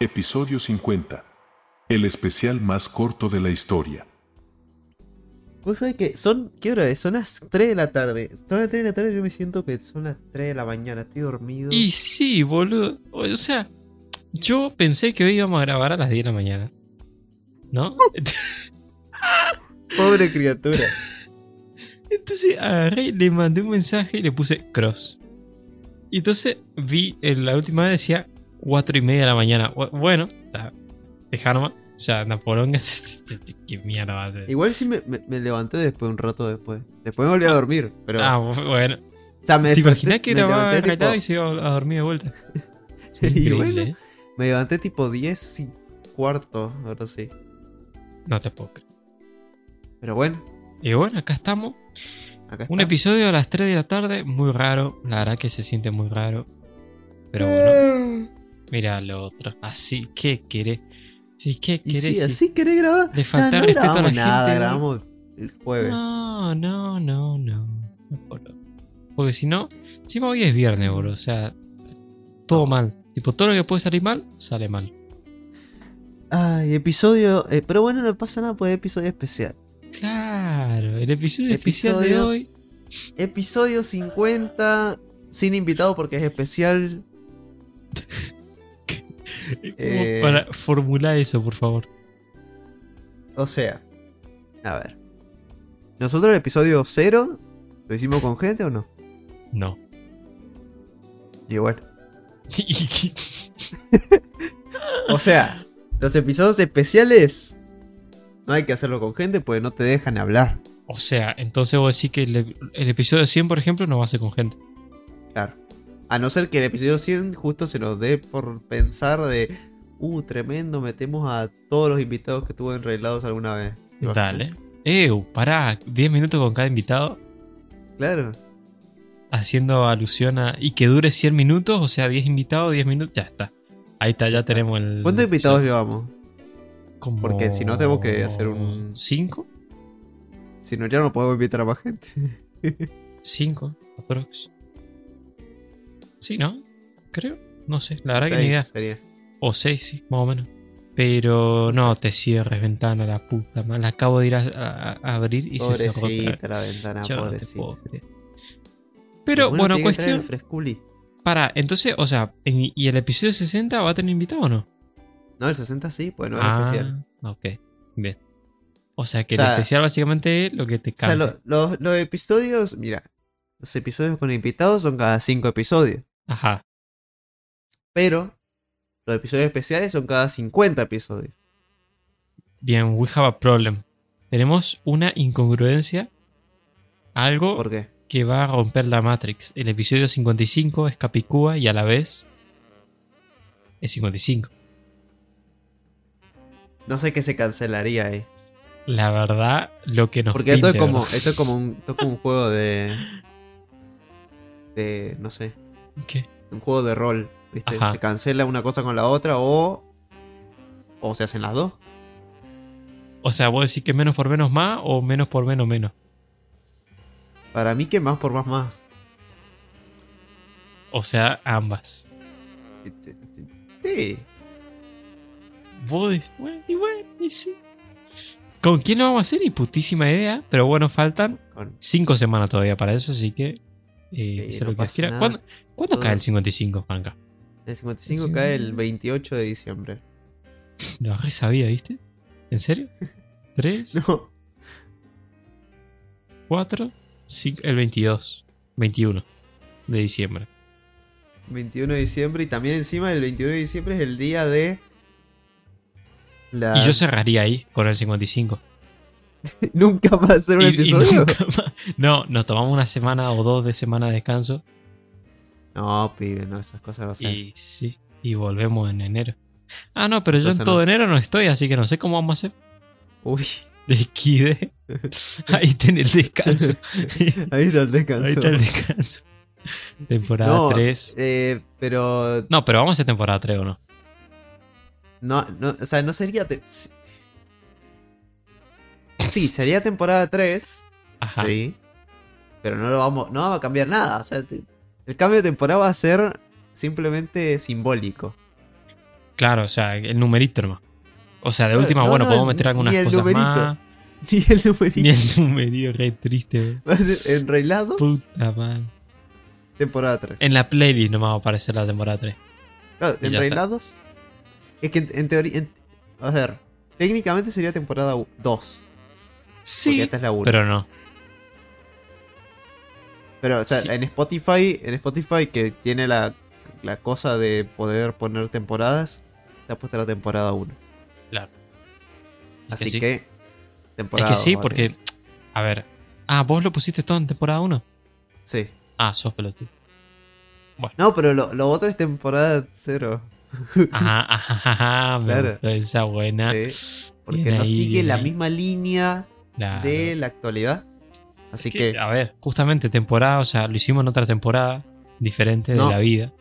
Episodio 50. El especial más corto de la historia. Vos sabés que son, ¿qué hora es? Son las 3 de la tarde. Son las 3 de la tarde yo me siento que son las 3 de la mañana, estoy dormido. Y sí, boludo. O sea, yo pensé que hoy íbamos a grabar a las 10 de la mañana. ¿No? Pobre criatura. Entonces agarré, le mandé un mensaje y le puse cross. Y entonces vi, eh, la última vez decía 4 y media de la mañana. Bu- Bueno, está, deja nomás. O sea, Napoleón, qué mierda va a hacer. Igual sí me, me- me levanté después, un rato después. Después me volví a dormir, pero... Ah, bueno. o sea, me ¿Te desperté- imaginas que me grababa levanté, reloj y tipo, se iba a dormir de vuelta? Y Increíble, bueno. ¿eh? me levanté tipo 10 y cuarto, ahora sí. No te puedo creer. Pero bueno, Y bueno, acá estamos. acá Un está. episodio a las 3 de la tarde, muy raro. La verdad que se siente muy raro. Pero bueno, Eh, mira lo otro. Así que querés. Sí, que y querés. sí, sí. así querés grabar. Le falta Ah, no respeto a la grabamos nada, gente, ¿no? grabamos el jueves. No, no, no, no. No, boludo. Porque si no, encima hoy es viernes, boludo. O sea, todo mal. Tipo, todo lo que puede salir mal, sale mal. Ay, episodio... eh, pero bueno, no pasa nada, pues episodio especial. Claro, el episodio, especial de Episodio- hoy. Episodio 50, sin invitado porque es especial. ¿Cómo Eh. Para formular eso, por favor. O sea, a ver. ¿Nosotros el episodio 0 lo hicimos con gente o no? No. Y bueno. O sea, los episodios especiales no hay que hacerlo con gente porque no te dejan hablar. o sea, entonces vos decís que el, el episodio 100, por ejemplo, no va a ser con gente. Claro. A no ser que el episodio 100 justo se nos dé por pensar de. Uh, tremendo, metemos a todos los invitados que tuvo enreglados alguna vez. Dale. Ew, pará, 10 minutos con cada invitado, Claro. haciendo alusión a. Y que dure 100 minutos, o sea, 10 invitados, 10 minutos, ya está. Ahí está, ya tenemos el. ¿Cuántos invitados sí, llevamos? como Porque si no tenemos que hacer un- ¿Cinco? Si no, ya no podemos invitar a más gente. ¿Cinco? Aprox. Sí, ¿no? Creo. No sé, la verdad que ni Seis idea. sería. O seis, sí, más o menos. Pero no te cierres ventana, la puta madre. La acabo de ir a, a- a abrir y se cerró. otra vez. Pobrecita la ventana, Yo no te pobrecita. puedo creer. Pero Bueno, bueno, tiene que entrar el cuestión. fresculi. Para, entonces, o sea, en- ¿y el episodio 60 va a tener invitado o no? No, el 60 sí, pues no es especial. ah, ok. Bien. O sea O que sea, el especial básicamente es lo que te O sea, cambia. lo- los, los episodios, mira, los episodios con invitados son cada 5 episodios, Ajá. pero los episodios especiales son cada 50 episodios. Bien, we have a problem. Tenemos una incongruencia. Algo ¿Por qué? que va a romper la Matrix. El episodio 55 es Capicúa y a la vez es 55. No sé qué se cancelaría ahí. La verdad, lo que nos Porque esto es pinte, como, bro. esto es como un, esto es como un juego de. de. no sé. ¿Qué? Un juego de rol. ¿Viste? Ajá. Se cancela una cosa con la otra o. O se hacen las dos. O sea, ¿vos decís que menos por menos más o menos por menos menos? Para mí que más por más más. O sea, ambas. Este, Sí. Vos decís, bueno, y bueno, y sí. ¿Con quién lo vamos a hacer? Ni putísima idea. Pero bueno, faltan Con 5 semanas todavía para eso, así que. Eh, Sí, se no lo que pasa quiera. nada. ¿Cuándo, cuándo Todo- cae el 55, Franca? el 55 cae el 28 de diciembre. Lo re sabía, ¿viste? ¿En serio? ¿Tres? No. 4, 5, el 22, 21 de diciembre. 21 de diciembre y también encima el 21 de diciembre es el día de... La... Y yo cerraría ahí con el 55. Nunca va a hacer un Y- y episodio. nunca más- No, nos tomamos una semana o dos de semana de descanso No, pibe, no, esas cosas no se hacen. y sí, y volvemos en enero. Ah, no, pero yo en Entonces todo no. enero no estoy, así que no sé cómo vamos a hacer. Uy, Desquide. Ahí ten el descanso. ahí está el descanso. Ahí está el descanso. Temporada No, 3. eh, pero No, pero vamos a hacer temporada 3 o no. no, no, o sea, no sería... te- Sí, sería temporada 3. Ajá. Sí. Pero no lo vamos, no vamos a cambiar nada. O sea, te- el cambio de temporada va a ser simplemente simbólico. Claro, o sea, el numerito nomás. O sea, de Claro, última, no, bueno, no, podemos meter ni algunas el cosas numerito. más. Ni el numerito. Ni el numerito, re triste, wey. Va a ser Enrailados, Puta madre. temporada 3. En la playlist nomás va a aparecer la temporada 3. Claro, Y ya Enrailados. Es que en, en teoría. en- a ver, técnicamente sería temporada 2. Porque Sí, esta es la 1. Pero, pero no. o sea, sí. en Spotify, en Spotify que tiene la, la cosa de poder poner temporadas, te ha puesto la temporada 1. Es Así que, sí. Es temporada que sí, dos, porque. Matías. A ver. Ah, vos lo pusiste todo en temporada 1. Sí. Ah, sos pelotudo. No, pero lo, lo otro es temporada 0. Ajá, ajá, ajá, ajá, me Claro. gustó esa buena. Sí, porque Ah, Bien no ahí, sigue bien la ahí. misma línea Claro. ah, de la actualidad. Así que, A ver, justamente temporada, o sea, lo hicimos en otra temporada diferente No. de la vida.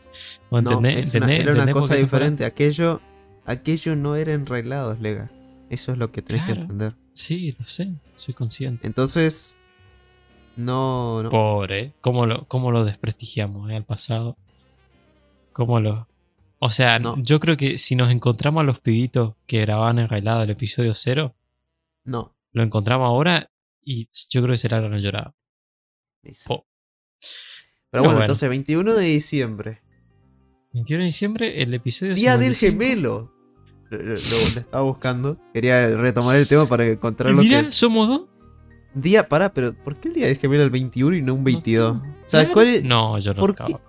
¿Vos no, ¿Entendés? es una- ¿Entendés? era una ¿Entendés por cosa qué temporada? diferente. Aquello, aquello no era enreglados, Lega. Eso es lo que tenés que Claro. entender. Sí, lo sé, soy consciente. Entonces, no, no. Pobre, ¿eh? ¿Cómo lo, cómo lo desprestigiamos eh, al pasado? ¿Cómo lo.? O sea, No. yo creo que si nos encontramos a los pibitos que grababan enrailado el episodio 0, no. lo encontramos ahora y yo creo que se la habrán llorado. dice. Po- Pero Pero bueno, bueno. entonces 21 de diciembre. 21 de diciembre, el episodio Día del 55. gemelo. Lo, lo- lo- lo estaba buscando. Quería retomar el tema para encontrar Y lo mira, que. somos dos. Día, pará, pero ¿por qué el día del gemelo el 21 y no un 22? ¿Sabes Claro. cuál es? No, yo no ¿Por acabo.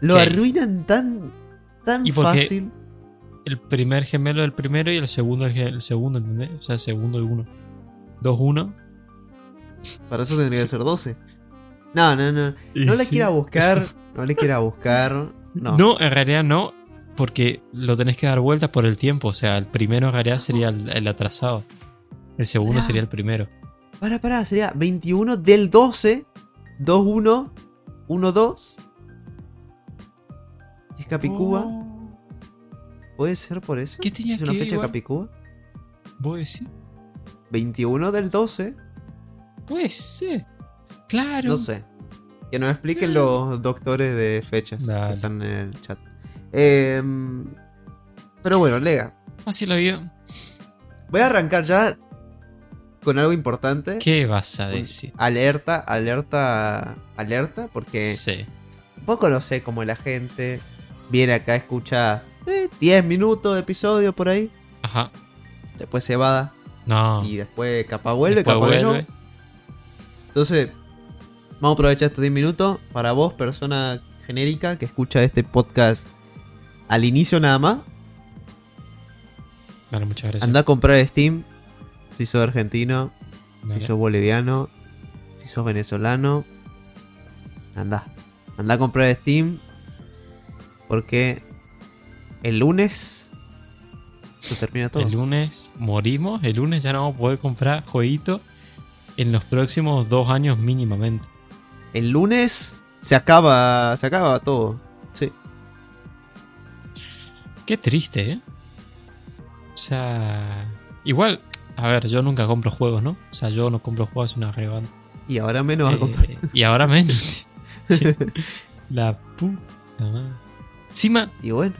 Lo ¿Qué? arruinan tan, tan ¿Y por qué? fácil. El primer gemelo del primero y el segundo el, ge- el segundo, ¿entendés? O sea, segundo y uno. Dos, uno. Para eso tendría que ser 12. No, no, no. Y No le sí. quiera buscar. No le quiera buscar. No. No. en realidad no, porque lo tenés que dar vueltas por el tiempo. O sea, el primero en realidad sería el, el atrasado. El segundo Claro. sería el primero. Para, para. Sería 21 del 12. 2-1. 1-2. ¿Y es Capicúa? ¿Puede ser por eso? Oh. ¿Qué tenía ¿Es una que fecha de igual? Capicúa? ¿Vos decís? 21 del 12. Puede ser. Claro. No sé. Que nos expliquen los doctores de fechas que Dale. están en el chat. Em, pero bueno, Lega. Así la vida. Voy a arrancar ya con algo importante. ¿Qué vas a Un- decir? Alerta, alerta, alerta, porque Sí. vos conocés como la gente viene acá, escucha eh, 10 minutos de episodio por ahí, Ajá. después se va No. y después capaz vuelve, Ah. Después capaz que vuelve. no. Entonces, vamos a aprovechar estos 10 minutos para vos, persona genérica que escucha este podcast al inicio nada más, Dale, muchas gracias. anda a comprar Steam, si sos argentino, Dale. Si sos boliviano, si sos venezolano, anda. Anda a comprar Steam. Porque el lunes se termina todo. El lunes morimos, el lunes ya no vamos a poder comprar jueguito en los próximos dos años mínimamente. El lunes se acaba. Se acaba todo. Sí. Qué triste, ¿eh? O sea, igual, a ver, yo nunca compro juegos, ¿no? O sea, yo no compro juegos, es una reban. Y ahora menos vas a Eh, comprar. y ahora menos. Che, La puta madre. Encima, Y bueno.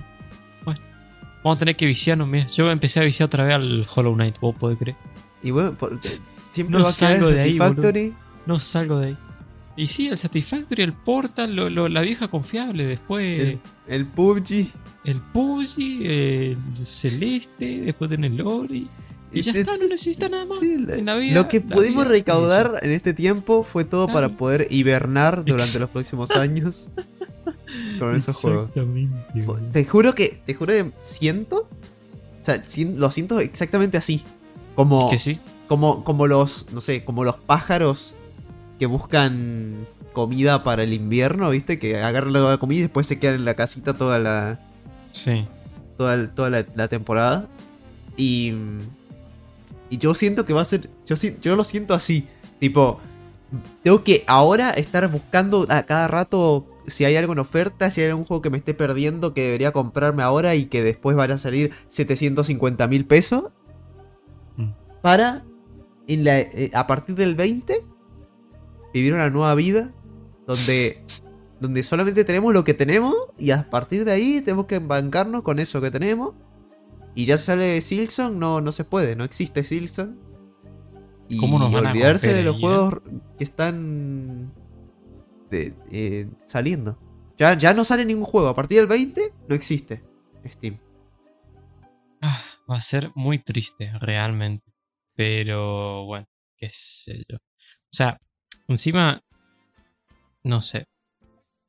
vamos a tener que viciarnos, mira. Yo empecé a viciar otra vez al Hollow Knight, vos podés creer. Y bueno, por- siempre No va a quedar salgo el de ahí, Satisfactory. No salgo de ahí. Y sí, el Satisfactory, el Portal, lo- lo- la vieja confiable, después... el, el PUBG. el Puggy, el Celeste, después en el Ori. Y ya Este- está, no necesita nada más. Sí, la- en la vida- lo que la pudimos vida Ah. es recaudar en este tiempo fue todo Claro. para poder hibernar durante los próximos años con esos juegos. Exactamente. boludo. Te juro que, te juro que siento, o sea, sien- lo siento exactamente así, como, Que sí. como, como los, no sé, como los pájaros que buscan comida para el invierno, viste, que agarran la comida y después se quedan en la casita toda la, Sí. toda, el- toda la, la temporada. Y, y yo siento que va a ser. Yo, si- yo lo siento así. Tipo, tengo que ahora estar buscando a cada rato si hay algo en oferta, si hay algún juego que me esté perdiendo que debería comprarme ahora y que después van a salir 750 mil pesos. Mm. Para, en la, eh, a partir del 20, vivir una nueva vida donde donde solamente tenemos lo que tenemos y a partir de ahí tenemos que bancarnos con eso que tenemos Y ya sale Silson, no, no se puede, no existe Silson. Y ¿Cómo nos van a olvidarse romper de los ahí, eh? juegos que están de- eh, saliendo. Ya, ya no sale ningún juego. A partir del 20 no existe Steam. Ah, va a ser muy triste, realmente. Pero bueno, qué sé yo. O sea, encima, no sé.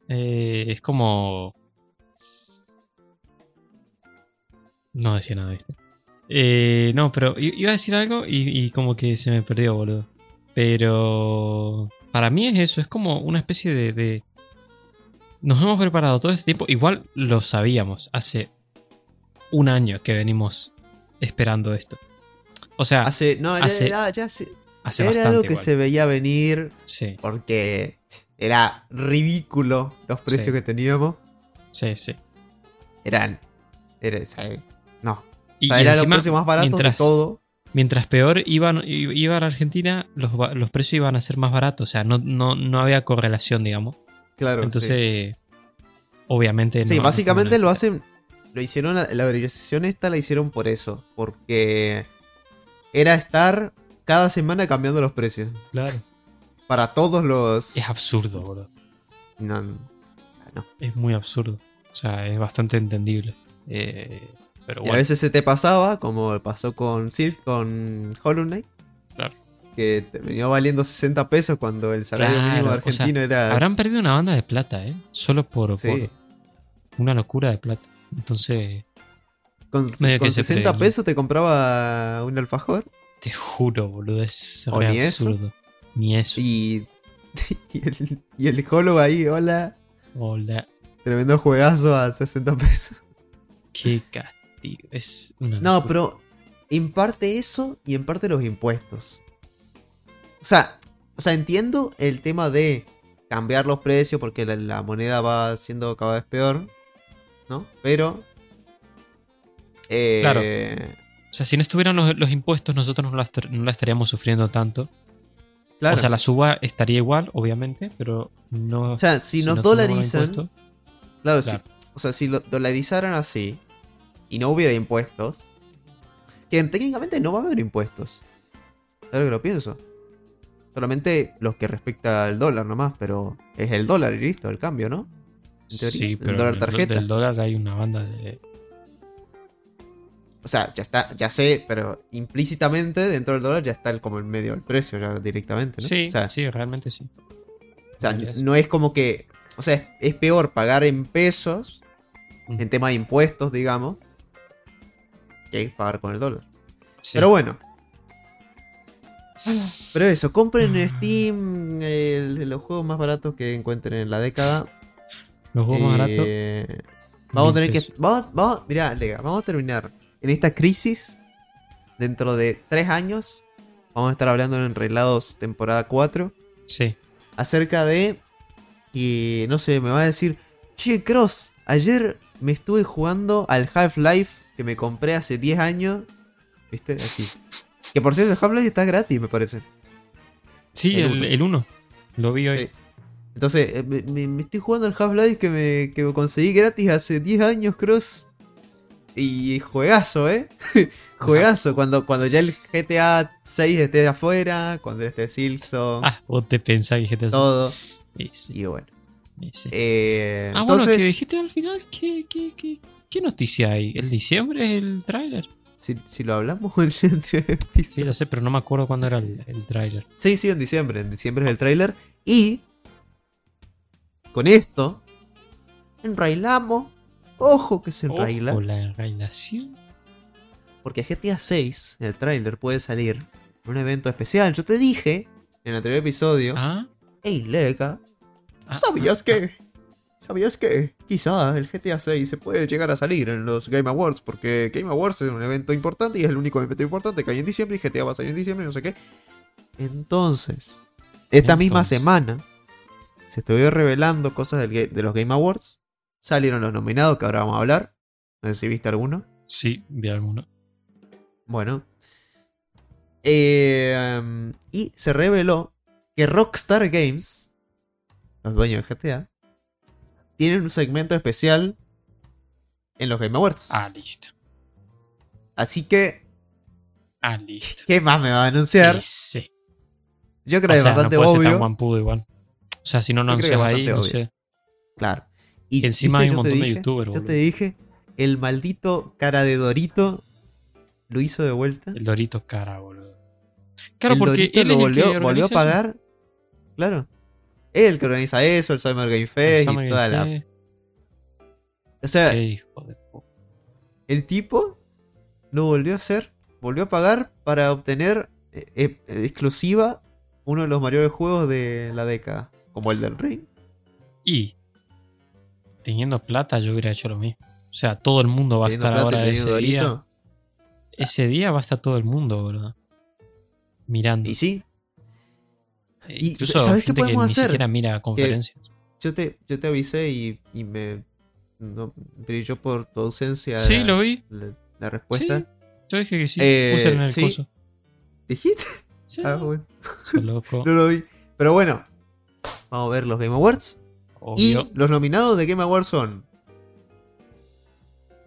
Eh, es como... No decía nada, ¿viste? Eh, no, pero i- iba a decir algo y, y como que se me perdió, boludo. Pero... Para mí es eso, es como una especie de... de- Nos hemos preparado todo este tiempo, igual lo sabíamos hace un año que venimos esperando esto. O sea, hace, Hace, no, era- Ah, hace- era, ya se- era bastante. algo que igual. se veía venir Sí, porque era ridículo los precios Sí. que teníamos. sí, sí. Eran. Era, o sea, no. O sea, Y, y Ah, era los encima, precios más baratos mientras, de todo. mientras peor iban, i- iba a la Argentina, los, va- los precios iban a ser más baratos. O sea, no, no, no había correlación, digamos. Claro. sí. Entonces, obviamente. Sí, no- básicamente no- lo hacen. Lo hicieron. La averiguación esta la hicieron por eso. Porque era estar cada semana cambiando los precios. Claro. Para todos los. Es absurdo, boludo. No, no. Es muy absurdo. O sea, es bastante entendible. Eh, Y pero a bueno. veces se te pasaba, como pasó con Silk, con Hollow Knight. Claro. Que terminó valiendo 60 pesos cuando el salario Claro, mínimo o sea, argentino era. Habrán perdido una banda de plata, ¿eh? Solo por, Sí. por una locura de plata. Entonces, Con, medio con que se 60 creen. pesos te compraba un alfajor. te juro, boludo, es O re ni eso. absurdo. Ni eso. Y. Y el, y el Hollow ahí, hola. Hola, Tremendo juegazo a 60 pesos. qué castigo. Es una No, locura. pero en parte eso y en parte los impuestos. O sea, o sea entiendo el tema de cambiar los precios porque la, la moneda va siendo cada vez peor, ¿no? Pero... eh, Claro. O sea, si no estuvieran los, los impuestos, nosotros no la, estar- no la estaríamos sufriendo tanto. claro. O sea, la suba estaría igual, obviamente, pero no. si, nos no tuviéramos dolarizan... impuestos, Claro, Claro. Si, o sea, si lo dolarizaran así y no hubiera impuestos, que técnicamente no va a haber impuestos. Claro que lo pienso. Solamente los que respecta al dólar nomás, pero es el dólar y listo, el cambio, ¿no? en teoría, sí, el pero dólar del- tarjeta. del dólar hay una banda de. O sea, ya está, ya sé, pero implícitamente dentro del dólar ya está el, como el medio del precio ya directamente, ¿no? Sí, o sea, sí, realmente sí. o sea, podría ser. no es como que, o sea, es- es peor pagar en pesos Mm. en tema de impuestos, digamos, que pagar con el dólar. Sí. Pero bueno. Pero eso, compren en Ah. Steam el- los juegos más baratos que encuentren en la década. Los juegos más baratos. Eh, Vamos a mil tener que. pesos. Vamos, vamos, mirá, Lega, vamos a terminar. En esta crisis, dentro de tres años, vamos a estar hablando en Enreglados temporada 4 Sí. acerca de que, no sé, me va a decir, che, Cross, ayer me estuve jugando al Half-Life que me compré hace 10 años, ¿viste? Así. Que por cierto, el Half-Life está gratis, me parece. Sí, El el uno. el uno. Lo vi hoy. Sí. Entonces, eh, me, me- me estoy jugando al Half-Life que me, que me conseguí gratis hace 10 años, Cross. Y juegazo, ¿eh? juegazo. Cuando, cuando ya el GTA 6 esté afuera, cuando esté Silson, Ah, vos te pensás que GTA todo. Sí, sí, Y bueno. sí. Eh, ah, entonces, bueno, que dijiste al final, ¿qué, qué, qué, qué noticia hay? ¿El diciembre es el tráiler? Si, si lo hablamos en el anterior episodio. Sí, lo sé, pero no me acuerdo cuándo era el, el tráiler. Sí, sí, en diciembre. En diciembre es el tráiler. Y con esto enrailamos. Ojo que se enraila. O la enrailación. Porque GTA 6 en el tráiler puede salir en un evento especial. Yo te dije en el anterior episodio. Ah, Hey, Lega, ah, ¿sabías ah, ah. que? ¿Sabías que? Quizá el GTA 6 se puede llegar a salir en los Game Awards. Porque Game Awards es un evento importante y es el único evento importante que hay en diciembre. Y GTA va a salir en diciembre y no sé qué. Entonces, esta misma Entonces. semana se estuvo revelando cosas del ga- de los Game Awards. Salieron los nominados que ahora vamos a hablar. No sé si viste alguno. ah. Sí, vi alguno. Bueno. Eh, um, y se reveló que Rockstar Games, los dueños de GTA, tienen un segmento especial en los Game Awards. Ah, listo. Así que, Ah, listo. ¿qué más me va a anunciar? Y sí. Yo creo O que es sea, no bastante puede ser tan obvio. guampudo igual. O sea, si no Yo creo que anuncias ahí, es no bastante sé. Claro. Y Que encima hay un yo te montón de dije- youtubers, Yo boludo. te dije, el maldito cara de Dorito lo hizo de vuelta. El Dorito cara, boludo. Claro, el porque Dorito él lo es el que volvió, volvió organiza a eso. pagar. Claro. Él el que organiza eso, el Summer Game Fest Summer eh, y Game toda la. Fest. O sea, Qué hijo de puta. el tipo lo volvió a hacer, volvió a pagar para obtener eh, eh, exclusiva uno de los mayores juegos de la década, como el del Rey. Y teniendo plata, yo hubiera hecho lo mismo. O sea, todo el mundo va a estar ahora ese día. Ese día va a estar todo el mundo, ¿verdad? Mirando. Y sí, Eh, y Incluso ¿sabes qué gente que podemos ni hacer? siquiera mira Eh, conferencias. yo te, yo te avisé y, y me no, brilló por tu ausencia Sí, la, lo vi. la- la respuesta. Sí. Yo dije que sí. Eh, Puse en el sí. coso. ¿Dijiste? Sí, Oh. Ah, bueno. soy loco. No lo vi. Pero bueno, vamos a ver los Game Awards. Obvio. Y los nominados de Game Awards son.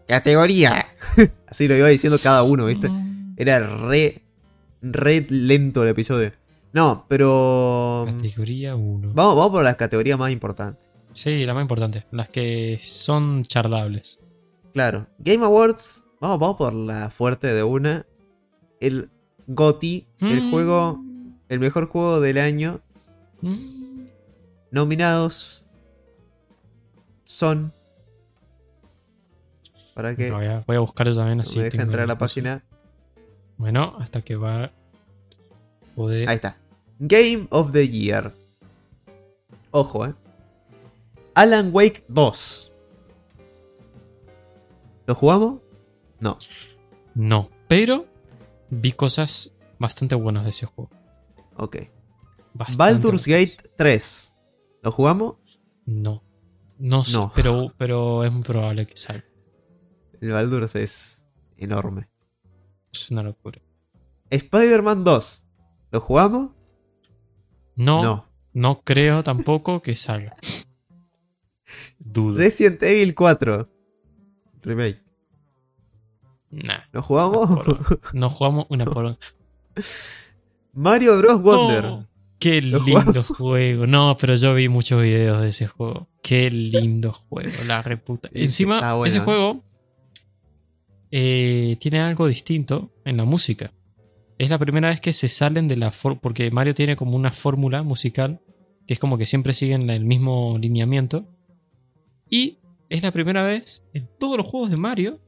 Categoría. Así lo iba diciendo cada uno, ¿viste? Mm, Era re. re lento el episodio. No, pero. mm, Categoría 1. Vamos, vamos por las categorías más importantes. Sí, la más importante. Las que son charlables. Claro. Game Awards. Vamos, vamos por la fuerte de una. El GOTI, el Mm, juego. El mejor juego del año. mm, Nominados. Son. Para que. Voy a, voy a buscar eso también así. me deja tengo entrar a la el coso. página. Bueno, hasta que va. Poder. Ahí está. Game of the Year. Ojo, eh. Alan Wake 2. ¿Lo jugamos? No. No. Pero vi cosas bastante buenas de ese juego. Ok. Bastante Baldur's buenas. Gate 3. ¿Lo jugamos? No. No sé, No. Pero, pero es muy probable que salga. El Baldur's es enorme. Es una locura. Spider-Man 2. ¿Lo jugamos? No, no, no. creo tampoco que salga. Dudo. Resident Evil 4. Remake. Nah, ¿Lo una jugamos? poronga. no jugamos una por Mario Bros. Wonder. qué ¿Lo lindo juego. No, pero yo vi muchos videos de ese juego. Qué lindo juego, la reputa. Sí, está Encima, bueno, ese eh. juego eh, tiene algo distinto en la música. Es la primera vez que se salen de la fórmula. Porque Mario tiene como una fórmula musical que es como que siempre siguen la- el mismo lineamiento. Y es la primera vez en todos los juegos de Mario.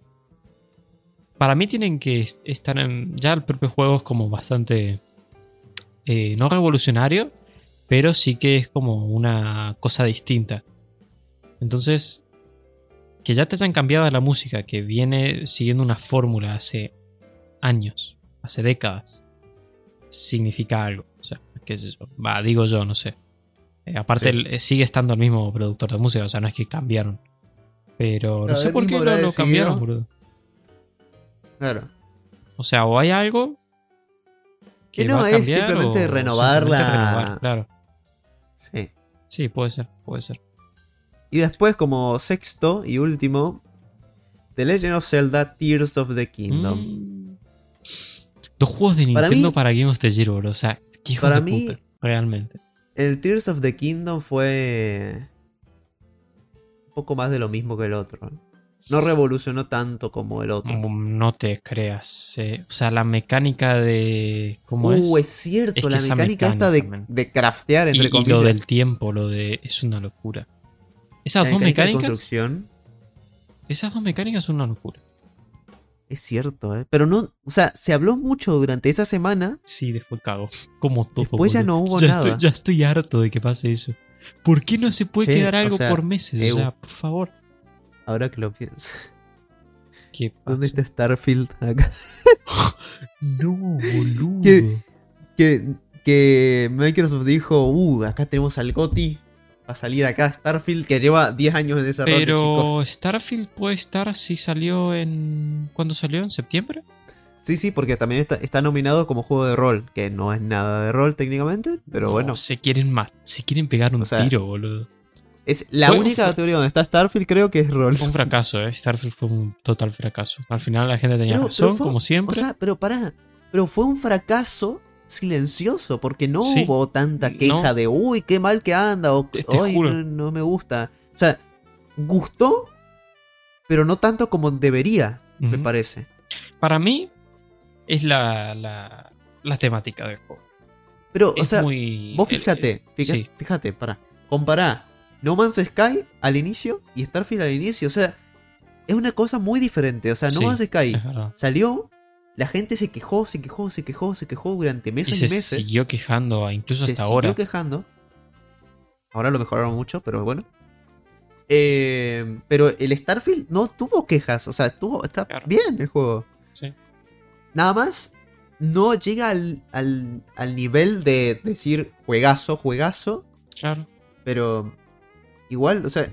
Para mí tienen que es- estar en. Ya el propio juego es como bastante. eh, no revolucionario, pero sí que es como una cosa distinta. Entonces, que ya te hayan cambiado la música, que viene siguiendo una fórmula hace años, hace décadas, significa algo. O sea, qué sé yo. Va, digo yo, no sé. Eh, aparte, Sí. el- eh, sigue estando el mismo productor de música, o sea, no es que cambiaron. Pero no Claro, sé él por mismo qué lo lo, ha lo cambiaron, decidido. boludo. Claro. O sea, o hay algo Que que Eh, no, va a es cambiar, simplemente o renovar simplemente la- renovar, claro. Sí. Sí, puede ser, puede ser. Y después, como sexto y último, The Legend of Zelda Tears of the Kingdom. Mm. Dos juegos de Para Nintendo mí- para, Game of the Year, bro. O sea, qué hijos Para de mí- puta. Realmente. El Tears of the Kingdom fue. un poco más de lo mismo que el otro. No revolucionó tanto como el otro. Mm, No te creas. eh. O sea, la mecánica de. ¿Cómo es? Uh, es cierto, Es que la esa mecánica, esta de, mecánica, man. de craftear, Y- entre y, comillas. lo del tiempo, lo de. Es una locura. la Esas dos mecánica de mecánicas. construcción. Esas dos mecánicas son una locura. Es cierto, ¿eh? Pero no. O sea, se habló mucho durante esa semana. Sí, después cago. Como todo. Después ya boludo. no hubo ya nada. Estoy, ya estoy harto de que pase eso. ¿Por qué no se puede Che, quedar o algo sea, por meses? eu. O sea, por favor. Ahora que lo pienso. ¿Qué pasa? ¿Dónde está Starfield acá? No, boludo. ¿Qué? que, que Microsoft dijo, uh, acá tenemos al GOTI, va a salir acá Starfield, que lleva 10 años en desarrollo, Pero chicos. Starfield puede estar si salió en. ¿Cuándo salió? ¿En septiembre? Sí, sí, porque también está, está nominado como juego de rol, que no es nada de rol técnicamente, pero No, bueno, Se quieren más. Se quieren pegar un O sea, tiro, boludo. Es la Fue- única fue- teoría donde está Starfield, creo que es rol. Fue un fracaso, ¿eh? Starfield fue un total fracaso. Al final la gente tenía Pero- pero razón, fue- como O siempre. sea, pero pará. Pero fue un fracaso silencioso, porque no Sí. hubo tanta queja No. de uy, qué mal que anda, o Te- te "Ay, juro. no, no me gusta. O sea, gustó, pero no tanto como debería, me Ujú. parece. Para mí, es la, la, la temática del juego. Pero, o es sea, muy. vos el- fíjate, fíjate, sí. fíjate, pará. Compará No Man's Sky al inicio y Starfield al inicio. O sea, es una cosa muy diferente. O sea, No Sí, Man's Sky es verdad. salió, la gente se quejó, se quejó, se quejó, se quejó durante Y meses y, se meses. siguió quejando, ah, incluso eh, se hasta siguió ahora. quejando. Ahora lo mejoraron mucho, pero bueno. Eh, pero el Starfield no tuvo quejas. O sea, estuvo, está Claro. bien el juego. Sí. Nada más no llega al, al- al nivel de decir juegazo, juegazo. Claro. Pero igual, o sea, o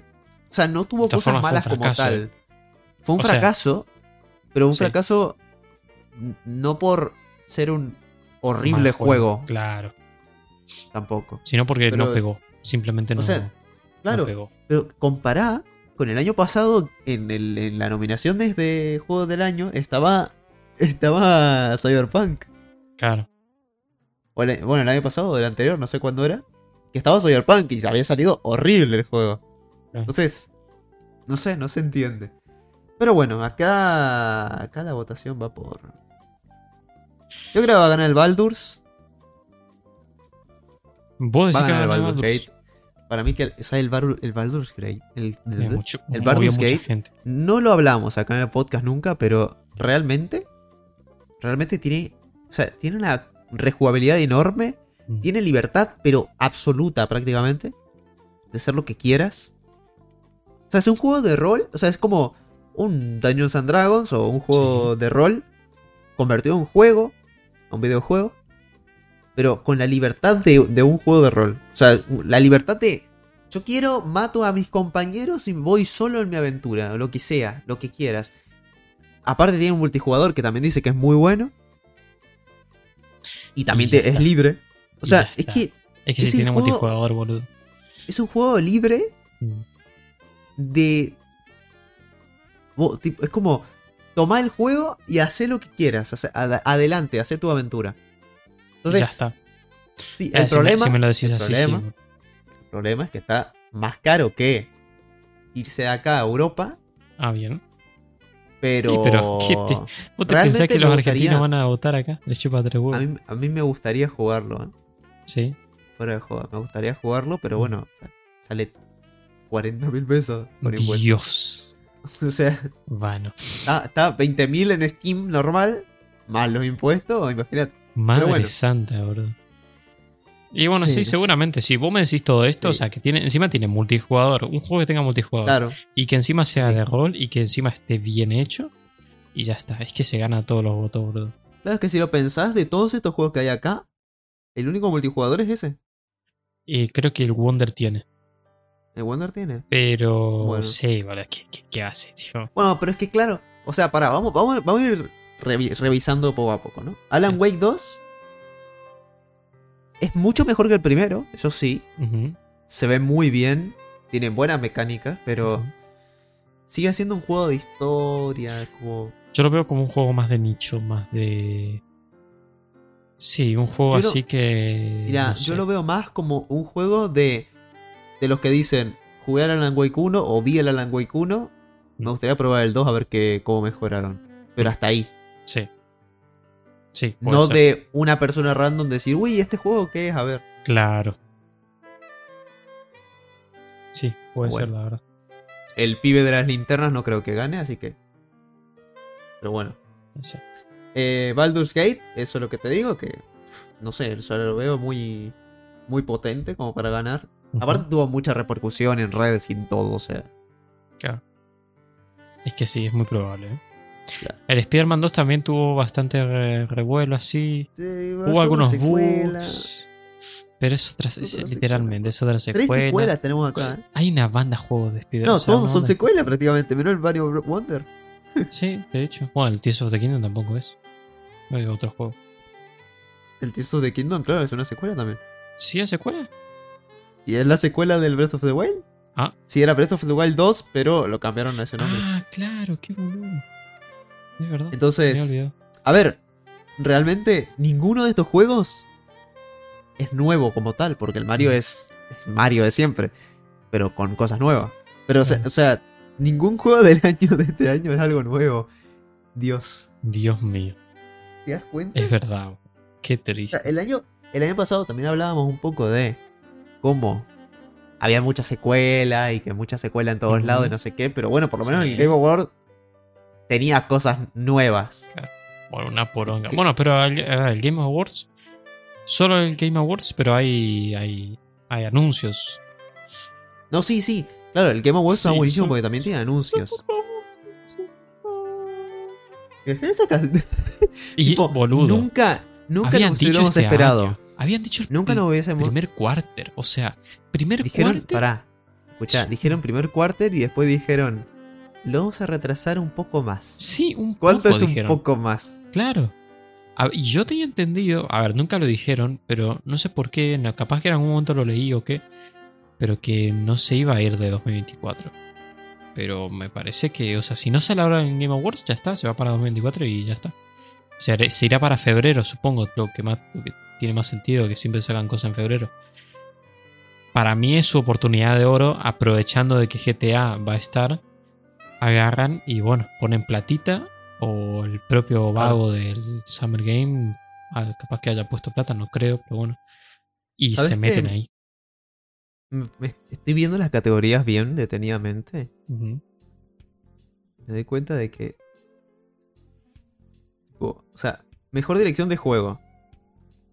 sea no tuvo De todas cosas formas, fue un malas como fracaso, eh. tal. Fue un O sea, fracaso, pero un sí. fracaso n- no por ser un horrible Mal juego, Claro. tampoco. Sino porque no Pero- pegó. Simplemente o no, sea, no Claro, pegó. pero compará con el año pasado en, el- en la nominación desde Juego del Año estaba estaba Cyberpunk. Claro. O el- bueno, el año pasado o el anterior, no sé cuándo era, que estaba Cyberpunk y había salido horrible el juego. Claro. Entonces, no sé, no se entiende. Pero bueno, acá, acá la votación va por... Yo creo que va a ganar el Baldur's. Vos Va a decís que ganar el ganó Baldur's Baldur's. Gate. Para mí que el, sale el, Baldur- el Baldur's Gate. El, Había mucho- el había Baldur's mucha Gate gente. No lo hablamos acá en el podcast nunca, pero realmente, realmente tiene, o sea, tiene una rejugabilidad enorme, Mm. tiene libertad, pero absoluta prácticamente, de hacer lo que quieras. O sea, es un juego de rol, o sea, es como un Dungeons and Dragons o un juego de rol convertido en un juego, a un videojuego, pero con la libertad de, de un juego de rol. O sea, la libertad de yo quiero, mato a mis compañeros y voy solo en mi aventura, o lo que sea, lo que quieras. Aparte tiene un multijugador que también dice que es muy bueno. Y también Y ya te- es está. libre. O Y sea, ya es está. que Es que es el si tiene juego- multijugador, boludo. es un juego libre Mm. de... Vos, tipo, es como, toma el juego y hace lo que quieras. hace- ad- adelante, hace tu aventura. Entonces, ya está. sí, Eh, el si me- problema... si me lo decís el así, problema- sí. El problema es que está más caro que irse de acá a Europa, Ah, bien. pero... Y pero, ¿qué te- ¿Vos te Realmente pensás que me los gustaría- argentinos van a votar acá? Les chupa tres huevos. a, mí, a mí me gustaría jugarlo, ¿eh? Sí. Fuera de joda, me gustaría jugarlo, Mm. pero bueno, sale 40 mil pesos por impuestos. Dios. O sea, Bueno. está, está 20 mil en Steam normal, más los impuestos, imagínate. Madre bueno. santa, boludo. Y bueno, Sí, sí, no sé. seguramente. Si vos me decís todo esto, Sí. o sea, que tiene, encima tiene multijugador. Un juego que tenga multijugador. Claro, Y que encima sea Sí. de rol y que encima esté bien hecho. Y ya está. Es que se gana todos los votos, boludo. claro es que si lo pensás, de todos estos juegos que hay acá, el único multijugador es ese. Y creo que el Wonder tiene. El Wonder tiene. Pero. Bueno. Sí, boludo. ¿Qué, qué, qué hace, tío? Bueno, pero es que claro, o sea, pará, vamos, vamos, vamos a ir revi- revisando poco a poco, ¿no? Alan Sí. Wake 2 es mucho mejor que el primero, eso sí, Ujú. se ve muy bien, tiene buenas mecánicas, pero Ujú. sigue siendo un juego de historia, como... Yo lo veo como un juego más de nicho, más de. Sí, un juego Yo lo- así que. Mira, no sé. yo lo veo más como un juego de, de los que dicen, jugué al Alan Wake 1 o vi el Alan Wake 1, me Mm. gustaría probar el 2 a ver qué, cómo mejoraron, pero hasta ahí. Sí. Sí, puede No ser. de una persona random decir, uy, ¿este juego qué es? A ver. Claro. Sí, puede Bueno. ser, la verdad. El pibe de las linternas no creo que gane, así que. Pero bueno. No sé. Eh, Baldur's Gate, eso es lo que te digo, que. pff, No sé, eso lo veo muy. Muy potente como para ganar. Ujú. Aparte tuvo mucha repercusión en redes y en todo, o sea. Claro. Es que sí, es muy probable. ¿eh? Claro. El Spider-Man 2 también tuvo bastante re- revuelo así. Hubo algunos bugs. Pero eso tras, Otra es- secuela. literalmente, eso de la Tres secuela. secuelas tenemos acá. ¿eh? Hay una banda de juegos de Spider-Man. No, o sea, todos una son banda- secuelas prácticamente, menos el Mario Wonder. Sí, de hecho. Bueno, el Tears of the Kingdom tampoco es. Hay otro juego. El Tears of the Kingdom, claro, es una secuela también. ¿Sí es secuela? ¿Y es la secuela del Breath of the Wild? Ah. Sí, era Breath of the Wild 2, pero lo cambiaron a ese nombre. Ah, claro, qué boludo. Es verdad. me había Entonces, olvidado. a ver, realmente ninguno de estos juegos es nuevo como tal, porque el Mm. Mario es, es Mario de siempre, pero con cosas nuevas. Pero, o sea, Claro. o sea, ningún juego del año de este año es algo nuevo. Dios, Dios mío. ¿te das cuenta? Es verdad. Qué O sea, triste. el año, el año pasado también hablábamos un poco de cómo había mucha secuela y que mucha secuela en todos Ujú. lados y no sé qué, pero bueno, por lo menos Sí. el Game Award tenía cosas nuevas. Bueno, una poronga. ¿Qué? Bueno, pero el, eh, el Game Awards. Solo el Game Awards, pero hay, hay, hay anuncios. No, sí, sí, claro, el Game Award está Sí, buenísimo son- porque también tiene anuncios. ¿Qué diferencia que- Y tipo, boludo. Nunca, nunca habían nos dicho hubiéramos este esperado. año. Habían dicho el Nunca nos hubiésemos. primer quarter. O sea, primer Dijeron, quarter. pará, escuchá, Sí. dijeron primer quarter y después dijeron, lo vamos a retrasar un poco más. Sí, un ¿Cuánto poco es un dijeron. poco más? Claro. A- Y yo tenía entendido, a ver, nunca lo dijeron, pero no sé por qué, no, capaz que en algún momento lo leí o qué, pero que no se iba a ir de 2024. Pero me parece que, o sea, si no sale ahora en Game Awards, ya está, se va para 2024 y ya está. O sea, re- se irá para febrero, supongo, lo que, más, lo que tiene más sentido, que siempre sacan cosas en febrero. Para mí es su oportunidad de oro, aprovechando de que GTA va a estar, agarran y bueno, ponen platita o el Ah. propio vago del Summer Game, ah, capaz que haya puesto plata, no creo, pero bueno. Y ¿Sabes se meten qué? ahí. Me- me- estoy viendo las categorías bien detenidamente. Ujú. Me doy cuenta de que. tipo, o sea, mejor dirección de juego.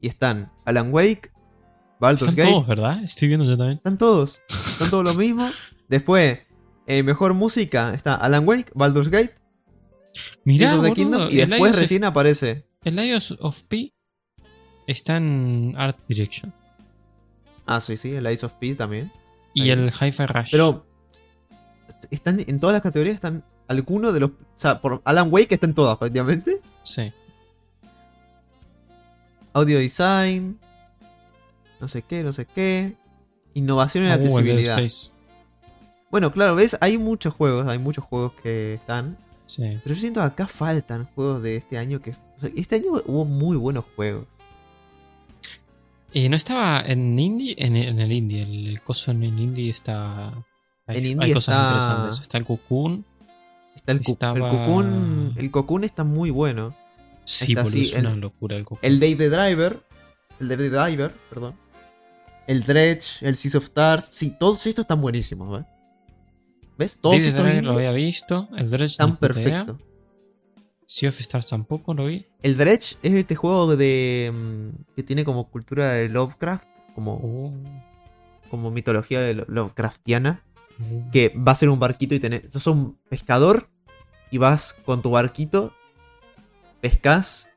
Y están Alan Wake, Baldur's Están Gate. todos, ¿verdad? Estoy viendo yo también. Están todos. Están todos lo mismo. Después, eh, mejor música está Alan Wake, Baldur's Gate, Tears Mirá, of the boludo, Kingdom. Y el después Lions of- recién aparece. el Lions of P está en Art Direction. Ah, sí, sí, el Ice of P también. Y Ahí. el Hi-Fi Rush. Pero. Están en todas las categorías, están algunos de los. O sea, por Alan Wake están todas prácticamente. Sí. audio design, no sé qué, no sé qué, innovación en Uh, el Dead accesibilidad. Space. Bueno, claro, ves, hay muchos juegos, hay muchos juegos que están, Sí. pero yo siento que acá faltan juegos de este año que o sea, este año hubo muy buenos juegos. Y no estaba en indie, en, en el indie, el, el coso en el indie está. Hay, En hay indie cosas está- interesantes. Está el Cocoon. Está el, cu- el Estaba- Cocoon, el Cocoon está muy bueno. Sí, Está boludo, así, es el- una locura el Cocoon. El Day the Driver, el Day the Driver, perdón. El Dredge, el Seas of Stars, sí, todos estos están buenísimos, ¿ves? ¿Ves? Todos David estos Driver lo indies había visto. El Dredge están ni puta idea. perfectos. Sea of Stars tampoco lo vi. El Dredge es este juego de mm, que tiene como cultura de Lovecraft, como, Uh, como mitología de lo- Lovecraftiana, uh. que va a ser un barquito y tenés, sos un pescador y vas con tu barquito, pescas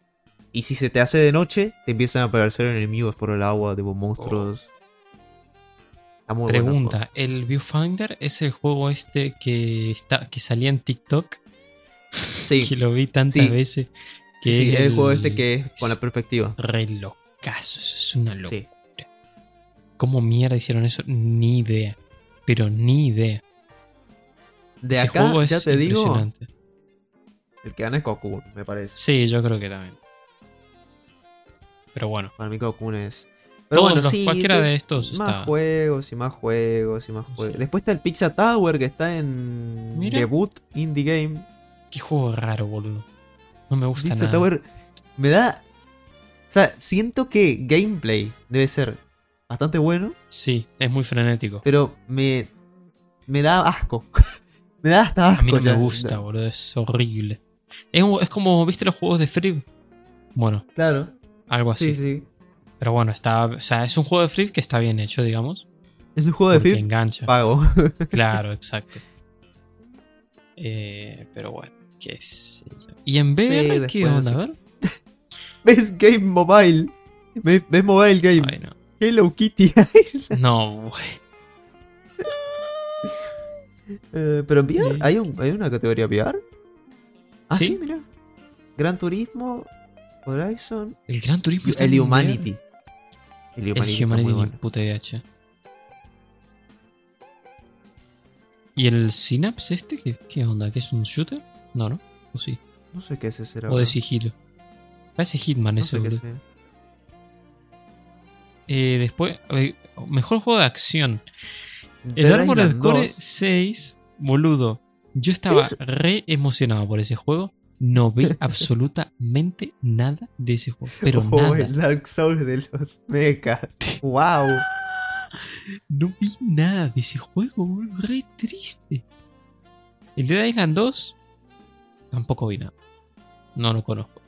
y si se te hace de noche te empiezan a aparecer enemigos por el agua, tipo monstruos. Está muy bueno el Oh. Pregunta, juego. ¿el Viewfinder es el juego este que está que salía en TikTok? Sí, Que lo vi tantas Sí. veces. Que sí, sí, es es el juego este que es con la perspectiva. Re locazo, eso es una locura. Sí. ¿Cómo mierda hicieron eso? Ni idea. Pero ni idea. De Ese acá, juego es ya te digo, impresionante. el que gana es Cocoon, me parece. Sí, yo creo que también. Pero bueno. Para mí Cocoon es. Todos los- cualquiera de estos Más está. juegos y más juegos y más juegos. Sí. Después está el Pizza Tower que está en Mira. debut indie game. Qué juego raro, boludo. No me gusta Pizza nada. Tower me da. O sea, siento que gameplay debe ser bastante bueno, Sí, es muy frenético. pero me. Me da asco. me da hasta asco. A mí no me ya. gusta, boludo. Es horrible. Es, un- es como, ¿viste los juegos de Free? Bueno, Claro. algo Sí, así. sí. Pero bueno, está. O sea, es un juego de Free que está bien hecho, digamos. Es un juego de Ah. Porque flip engancha. pago. Claro, exacto. Eh, pero bueno, qué sé yo. ¿Y en VR después qué onda? así. A ver. Best Game Mobile. Best Best Mobile Game. Ay, no. Hello Kitty. No, güey. Eh, pero en VR, Sí. ¿hay, un- ¿hay una categoría VR? Ah, Sí. sí, mira. Gran Turismo, Horizon, El Gran Turismo está el en Humanity. El VR. Humanity. El está muy Humanity, ni bueno. puta idea, che. ¿Y el Synapse este? ¿Qué, qué onda? ¿Que es un shooter? No, ¿no? ¿O sí? No sé qué es ese, será. ¿O de sigilo? Parece Hitman no ese, sé qué boludo. sea. Eh, después, eh, mejor juego de acción. El Dead Armored Island Core 2. 6, boludo. Yo estaba Es- re emocionado por ese juego. No vi absolutamente nada de ese juego. Pero o nada. Oh, el Dark Souls de los mechas. ¡Wow! No vi nada de ese juego, boludo. Re triste. El Dead Island 2, tampoco vi nada. No lo conozco.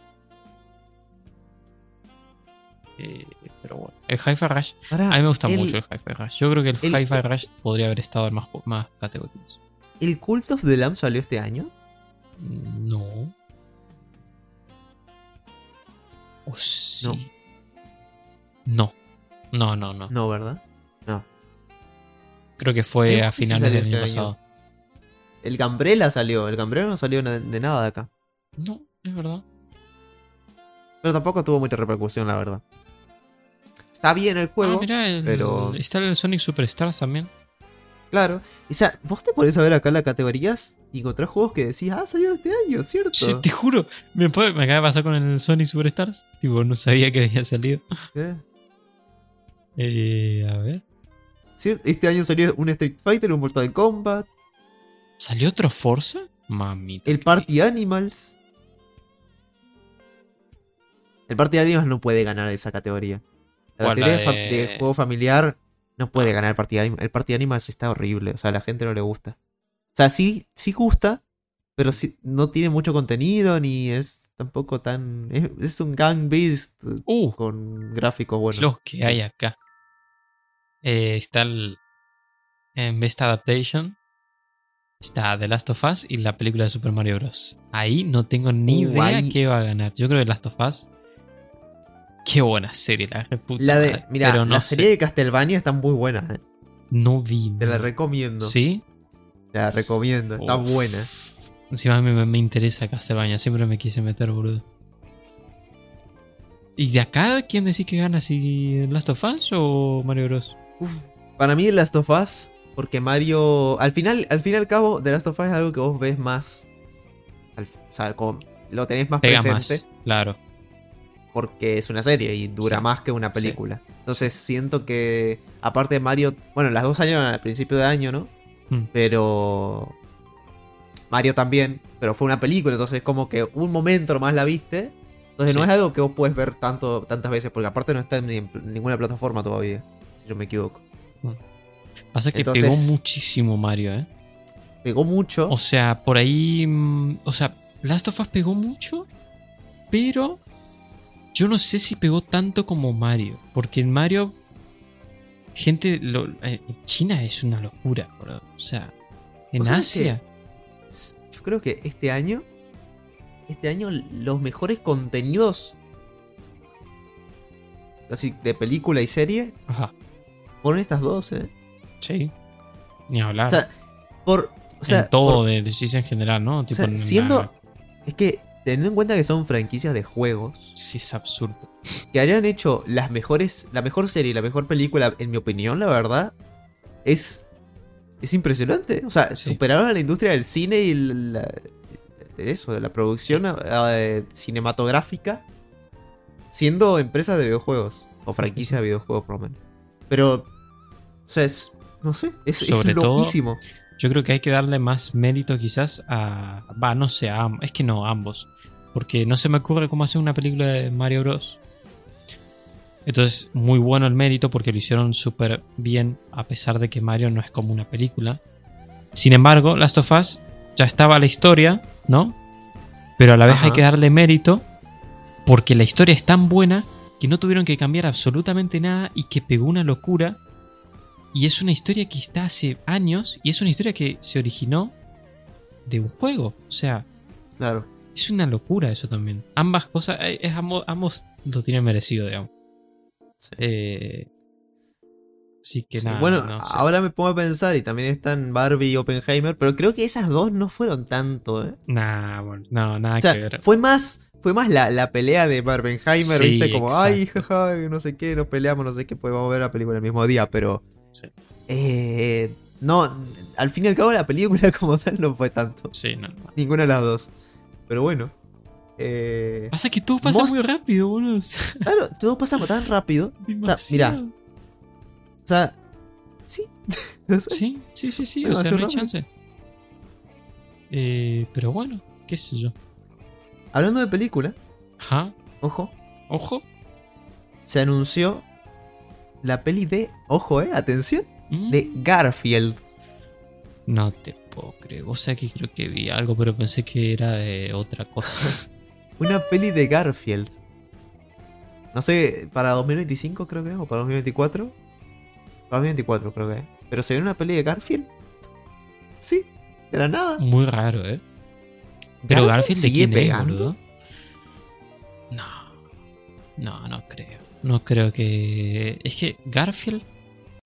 Eh, pero bueno, el Hi-Fi Rush. A mí me gusta mucho el Hi-Fi Rush. Yo creo que el, Ah, el- Hi-Fi Rush podría haber estado en más, ju- más categorías. ¿El Cult of the Lamb salió este año? Mm, No. O sí. No. No, no, no. No, ¿verdad? Creo que fue Creo que a sí finales salió del año este año. pasado. El Gambrella salió. El Gambrella no salió na- de nada de acá. No, es verdad. Ah, Pero tampoco tuvo mucha repercusión, la verdad. Está bien el juego. ah, mirá, el- pero- Ah. está el Sonic Superstars también. Claro. O sea, vos te podés ver acá las categorías y encontrás juegos que decís, ah, salió este año, ¿cierto? Che, te juro, me, puede- me acaba de pasar con el Sonic Superstars. Tipo, no sabía que había salido. Eh. Eh, a ver. Sí, Este año salió un Street Fighter, un Mortal Kombat, ¿Salió otro Forza? Mamita. el qué- Party Animals. El Party Animals no puede ganar esa categoría. La ¿Cuál, la categoría de... fa- de- de juego familiar no puede ganar el Party Animals. El Party Animals está horrible, o sea, a la gente no le gusta. O sea, sí, sí gusta, pero sí- no tiene mucho contenido ni es tampoco tan... Es, es un gang beast Uh, con gráficos buenos. los que hay acá. Eh, está el en Best Adaptation. Está The Last of Us y la película de Super Mario Bros. Ahí no tengo ni Uh, idea ahí- qué va a ganar. Yo creo que The Last of Us. Qué buena serie, la reputa. La de, mira, pero no la sé, serie de Castlevania está muy buena, eh. no vi. te la no. recomiendo. Mm. ¿Sí? Te la recomiendo, está Uf. buena. Encima me, me- me interesa Castlevania, siempre me quise meter, boludo. ¿Y de acá quién decís que gana? ¿Si The Last of Us o Mario Bros? Uf, Para mí The Last of Us, porque Mario, al final, al fin y al cabo, The Last of Us es algo que vos ves más, al- o sea, como lo tenés más Pega presente más, claro. porque es una serie y dura Sí, más que una sí. película. Entonces siento que, aparte de Mario, bueno, las dos salieron al principio de año, ¿no? Mm. Pero Mario también, pero fue una película, entonces como que un momento nomás la viste. Entonces no Sí. es algo que vos puedes ver tanto, tantas veces, porque aparte no está en, ni- en ninguna plataforma todavía, si no me equivoco. Pasa que Entonces- pegó muchísimo Mario, ¿eh? Pegó mucho. O sea, por ahí. mm, O sea, Last of Us pegó mucho, pero yo no sé si pegó tanto como Mario. Porque en Mario. Gente. lo- eh, China es una locura, bro. O sea, en ¿Vos sabés Asia. Yo creo que este año, este año los mejores contenidos, así de película y serie, Ajá, fueron estas dos, ¿eh? sí. Ni hablar. O sea, por... O sea, en todo, por- de decisión en general, ¿no? o Tipo, sea, en la- siendo... Es que teniendo en cuenta que son franquicias de juegos, Sí, es absurdo. que hayan hecho las mejores, la mejor serie, la mejor película, en mi opinión, la verdad, es es impresionante. O sea, Sí. superaron a la industria del cine y la- de eso, de la producción eh, cinematográfica, siendo empresas de videojuegos o franquicias de videojuegos, por lo menos. Pero, o sea, es, no sé, es, es Sobre todo- loquísimo. Yo creo que hay que darle más mérito quizás a... Va, no sé, a, am- es que no, a ambos. Porque no se me ocurre cómo hacer una película de Mario Bros. Entonces, muy bueno el mérito porque lo hicieron súper bien a pesar de que Mario no es como una película. Sin embargo, Last of Us ya estaba la historia, ¿no? Pero a la vez Ajá. hay que darle mérito porque la historia es tan buena que no tuvieron que cambiar absolutamente nada y que pegó una locura. Y es una historia que está hace años y es una historia que se originó de un juego. O sea, Claro. es una locura eso también. Ambas cosas, eh, es, ambos, ambos lo tienen merecido, digamos. Eh, así que Sí, nada. bueno, ah, no sé. ahora me pongo a pensar, y también están Barbie y Oppenheimer, pero creo que esas dos no fueron tanto, ¿eh? Nah, bueno, no, nada O sea, que ver. fue más, fue más la, la pelea de Barbenheimer, Sí, ¿viste? Como, ay, exacto. jaja, no sé qué, nos peleamos, no sé qué, pues vamos a ver la película el mismo día, pero. Sí. eh, no, al fin y al cabo la película como tal no fue tanto. Sí, no. no. Ninguna de las dos. Pero bueno. Eh, Pasa que todo pasa Most- muy rápido, boludo. claro, todo pasa tan rápido. Demasiado. mira. O sea, sí. No sé. Sí, sí, sí, sí. Bueno, o sea, hace no hay rato. chance. Eh, pero bueno, qué sé yo. Hablando de película, Ajá. ojo, Ojo. se anunció la peli de, ojo, eh, atención, Mm, de Garfield. No te puedo creer. O sea que creo que vi algo, pero pensé que era de otra cosa. Una peli de Garfield. No sé, para 2025 creo que es, o para 2024. Para 2024 creo que es. Pero se viene una peli de Garfield. Sí, de la nada. muy raro, ¿eh? Pero Garfield, de sigue quién es, pegando. boludo? No. No, no creo. No creo que. Es que Garfield.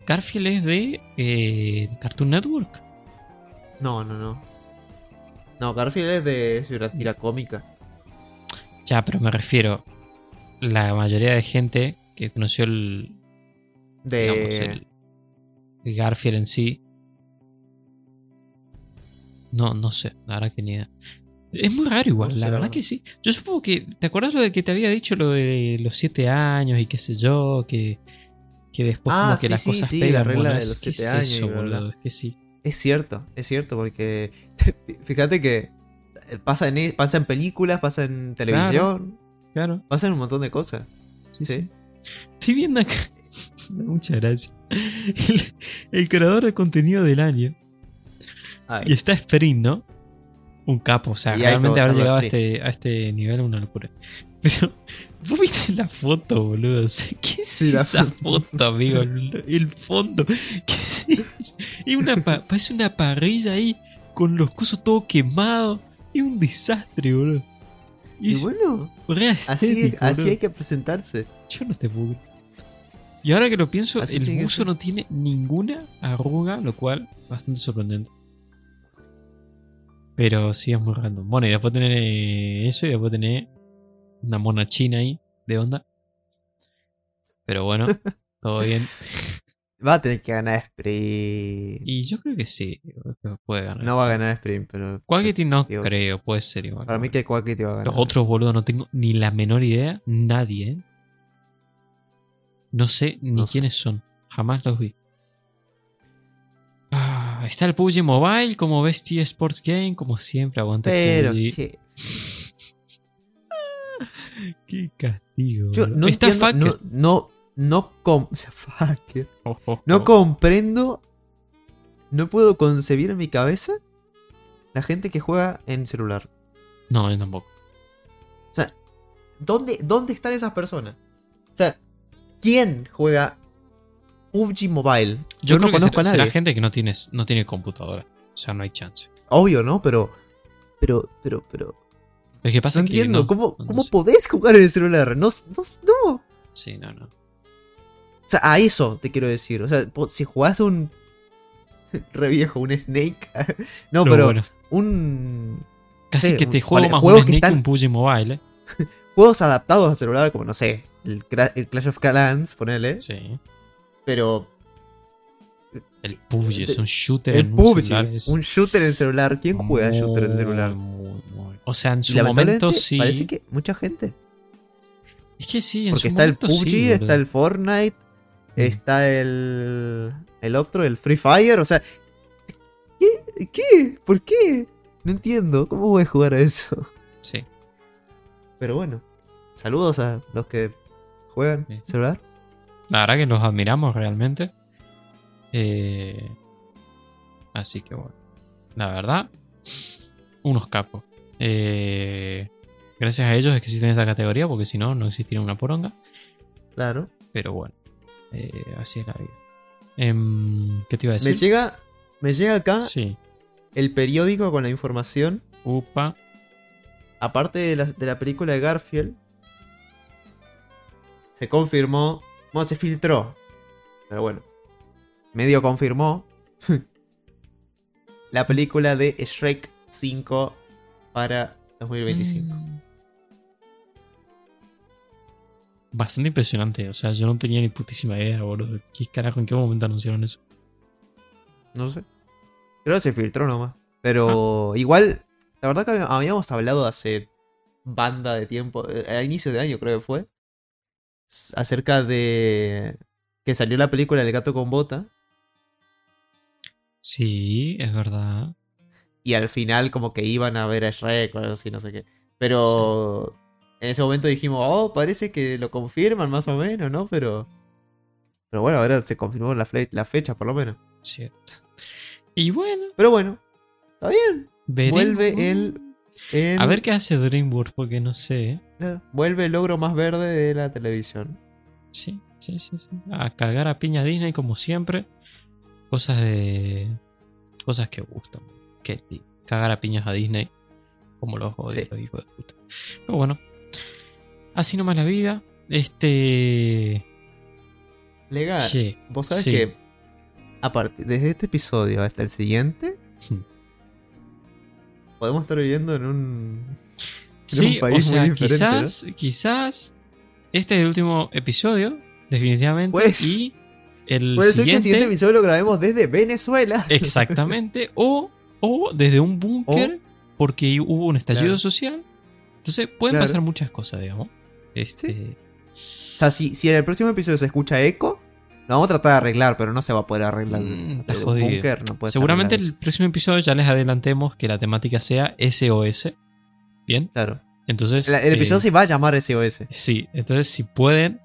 Garfield es de eh, Cartoon Network. No, no, no. No, Garfield es de es una tira cómica. Ya, pero me refiero. La mayoría de gente que conoció el, De. digamos, el, el Eh, Garfield en sí. No, no sé, la verdad que ni idea. Es muy raro igual, No sé, la la verdad verdad. que sí. Yo supongo que. ¿Te acuerdas lo de que te había dicho lo de los siete años y qué sé yo? Que, que después Ah, como que sí, las sí, cosas sí, la pegan. regla boludo. de Es- los ¿qué es siete años y eso, bla, bla. boludo? Es que sí. Es cierto, es cierto, porque fíjate que eh, pasa en, e, pasa en películas, pasa en televisión, Claro. pasa en un montón de cosas. Sí, Sí. sí. Estoy viendo acá. Muchas gracias. El, el creador de contenido del año. Ay, Y está Sprint, ¿no? Un capo, o sea, Y hay que realmente haber votarlo a llegado a este, a este nivel es una locura. Pero, vos viste la foto, boludo. O sea, ¿Qué es Sí, la esa foto, amigo? El, el fondo. ¿Qué es? Y una pa- parece una parrilla ahí con los cosos todo quemados. Es un desastre, boludo. Y, y es bueno, re así, estético, así boludo. hay que presentarse. Yo no te puedo. creer. Y ahora que lo pienso, Así el tiene que buzo ser. no tiene ninguna arruga, lo cual bastante sorprendente. Pero sí es muy random. Bueno, y después tener eh, eso y después tener una mona china ahí de onda. Pero bueno, todo bien. Va a tener que ganar Sprint. Y yo creo que sí, que puede ganar. No va a ganar Sprint, pero. Quackity no Digo, creo, puede ser igual. Para mí que Quackity va a ganar. Los otros, boludo, no tengo ni la menor idea. Nadie, ¿eh? No sé ni No sé. quiénes son. Jamás los vi. Ah, está el PUBG Mobile como Bestie Sports Game, como siempre, aguanta Pero PUBG. que. Qué castigo. Yo boludo. no está entiendo- Fucker. No, no, no, com- Fucker. Oh, oh, No oh. comprendo. No puedo concebir en mi cabeza la gente que juega en celular. No, yo tampoco. O sea, ¿dónde, dónde están esas personas? O sea, ¿quién juega PUBG Mobile? Yo, creo no conozco que será, a nadie. será gente que no tiene, no tiene computadora. O sea, no hay chance. Obvio, ¿no? Pero. Pero, pero, pero. Lo que pasa No es que entiendo. no, ¿Cómo, no cómo sé. podés jugar en el celular? No, no, no. O Sí, no, no. sea, a eso te quiero decir. O sea, po- si jugás un. Re viejo, un Snake. no, pero. bueno, Un. casi sé, que te un- juego vale, más un juegos que Snake que están- un PUBG Mobile, ¿eh? Juegos adaptados a celular, como no sé. El, Cra- el Clash of Clans, ponele. Sí. Pero El PUBG es El- un shooter El en un PUBG, celular, es un shooter en celular. ¿Quién juega muy, shooter en celular? muy, muy. O sea, en Y su lamentablemente momento sí. Parece que mucha gente. Es que sí, en Porque su está el momento PUBG, sí, boludo. Mm. está el Fortnite, está el. El otro, el Free Fire. O sea. ¿Qué? ¿Qué? ¿Por qué? No entiendo. ¿Cómo voy a jugar a eso? Sí. Pero bueno. Saludos a los que juegan Sí. celular. La verdad que los admiramos realmente. Eh, así que bueno. La verdad, unos capos. Eh, gracias a ellos es que existen esta categoría, porque si no, no existiría una poronga. Claro. Pero bueno, eh, así es la vida. Em, ¿Qué te iba a Me decir? llega. Me llega acá Sí. el periódico con la información. Upa. aparte de la, de la película de Garfield, se confirmó, bueno, se filtró, pero bueno, medio confirmó la película de Shrek 5 para 2025. Mm. Bastante impresionante, o sea, yo no tenía ni putísima idea, boludo. ¿Qué carajo, en qué momento anunciaron eso? No sé. Creo que se filtró nomás. Pero Ah. igual, la verdad que habi- habíamos hablado hace banda de tiempo, eh, a inicios de año creo que fue, s- acerca de que salió la película El gato con bota Sí, es verdad. y al final como que iban a ver a Shrek o algo así, no sé qué. Pero en ese momento dijimos, oh, parece que lo confirman más o menos, ¿no? Pero... Pero bueno, ahora se confirmó la, fle- la fecha por lo menos. Cierto. Y bueno, Pero bueno, está bien. veremos. Vuelve el- El- A ver qué hace DreamWorks, porque no sé. ¿eh? Claro, Vuelve el logro más verde de la televisión. Sí, sí, sí, sí. A cagar a piña Disney como siempre. Cosas de. Cosas que gustan. Que cagar a piñas a Disney. Como los odio, Sí. los hijos de puta. Pero bueno. Así nomás la vida. Este. Legal. Che. Vos sabés sí. que a partir desde este episodio hasta el siguiente Sí. podemos estar viviendo en un Sí, un país o sea, muy diferente, ¿eh? quizás, quizás. Este es el último episodio. Definitivamente. Pues, y el Puede ser que el siguiente. siguiente episodio lo grabemos desde Venezuela. Exactamente. o, o desde un búnker porque hubo un estallido Claro. social. Entonces pueden Claro. pasar muchas cosas, digamos. Este, O sea, si, si en el próximo episodio se escucha eco, lo vamos a tratar de arreglar, pero no se va a poder arreglar. Mm, está El jodido. búnker no puede Seguramente arreglar el próximo episodio ya les adelantemos que la temática sea SOS. Bien, eso. Claro. entonces... El, el eh, episodio se va a llamar SOS. Sí, entonces si pueden,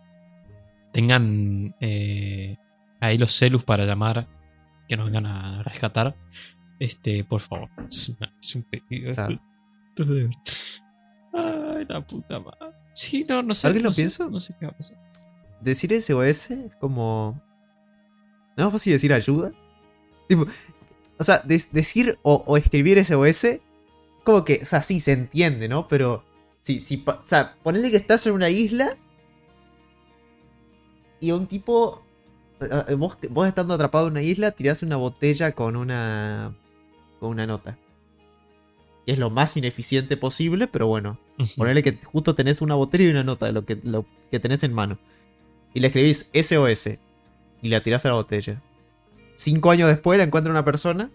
tengan eh, ahí los celus para llamar, que nos vengan a rescatar. Este, por favor. Es, una- es un pedido. esto- Claro. esto es de verdad. Ay, la puta madre. Sí, no, no sé. ¿Ahora que no lo sé- pienso? No sé qué va a pasar. decir SOS es como. ¿No es fácil decir ayuda? Tipo, o sea, de- decir o, o escribir SOS, como que, o sea, sí se entiende, ¿no? Pero, si, si, pa- o sea, ponerle que estás en una isla y un tipo. eh, eh, Vos, vos estando atrapado en una isla, tirás una botella con una. con una nota. Y es lo más ineficiente posible, pero bueno. Ponele que justo tenés una botella y una nota de lo que, lo que tenés en mano. Y le escribís SOS. Y la tirás a la botella. Cinco años después la encuentra una persona.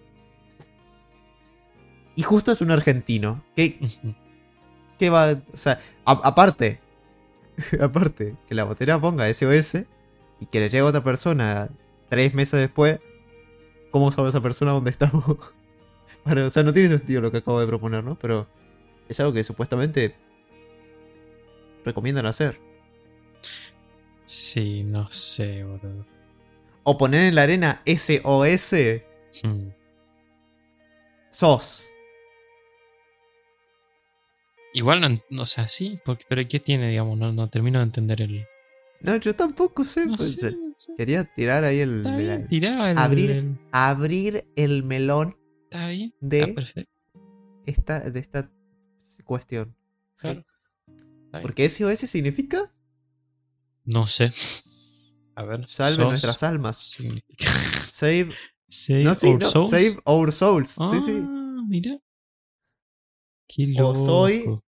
Y justo es un argentino. ¿Qué, Ujú. qué va? O sea, a- aparte. aparte, que la botella ponga SOS. Y que le llegue a otra persona tres meses después. ¿Cómo sabe esa persona dónde estamos? Bueno, o sea, no tiene sentido lo que acabo de proponer, ¿no? Pero es algo que supuestamente recomiendan hacer. Sí, no sé, boludo. O poner en la arena SOS Hmm. SOS. Igual no, en- o sea, sí, porque, pero ¿qué tiene, digamos? No, no termino de entender el... No, yo tampoco sé. No pues, sé, eh, no sé. Quería tirar ahí el, Está el- bien, tirá el- abrir- el- Abrir el melón Está bien, de- está perfecto. esta, de esta cuestión. Sí. claro. Está bien. Porque SOS significa No sé. A ver. salve sos- nuestras almas. significa- Save, Save no, sí, our no, souls. save our souls. Ah, Sí, sí. mira. Qué O loco. soy-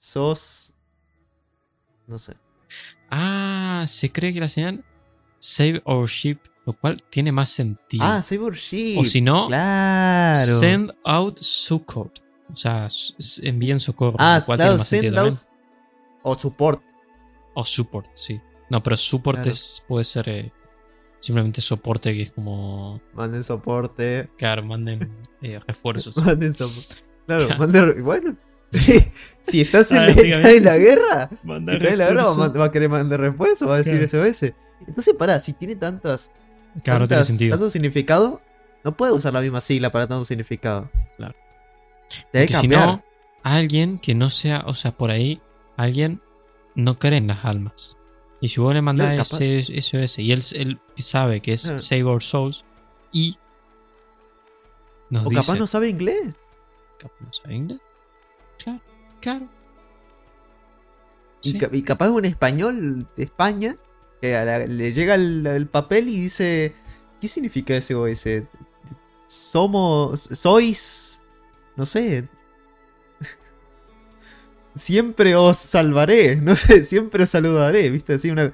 SOS. No sé. Ah, se cree que la señal Save Our Ship, lo cual tiene más sentido. Ah, save our sheep. o si no, Claro. Send Out Succor. O sea, s- s- envíen socorro, ah, lo cual tiene claro, más send sentido out. también. O support. O support, sí. No, pero support Claro. es- puede ser eh, simplemente soporte que es como... Manden soporte. Claro, manden eh, refuerzos. Manden soporte. Claro, Claro. manden. Bueno. si estás en, Ah, la, estás en la prácticamente. guerra, si Mandar estás en la guerra va, a mand- va a querer mandar refuerzo, va a decir Claro. SOS. Entonces, pará, si tiene tantas, Claro, no tiene tantas- sentido. tanto significado, no puede usar la misma sigla para tanto significado. Claro. Debe Porque si cambiar. no, alguien que no sea, o sea, por ahí, alguien no cree en las almas. Y si vos le Claro, mandás capaz. ese SOS y él, él sabe que es Claro. Save Our Souls y nos o dice capaz no sabe inglés. capaz no sabe inglés. Claro, claro. Y, Sí. ca- y capaz un español de España que a la- le llega el, el papel y dice: ¿Qué significa SOS? Somos. Sois. No sé. Siempre os salvaré. No sé, siempre os saludaré. ¿Viste? Así una.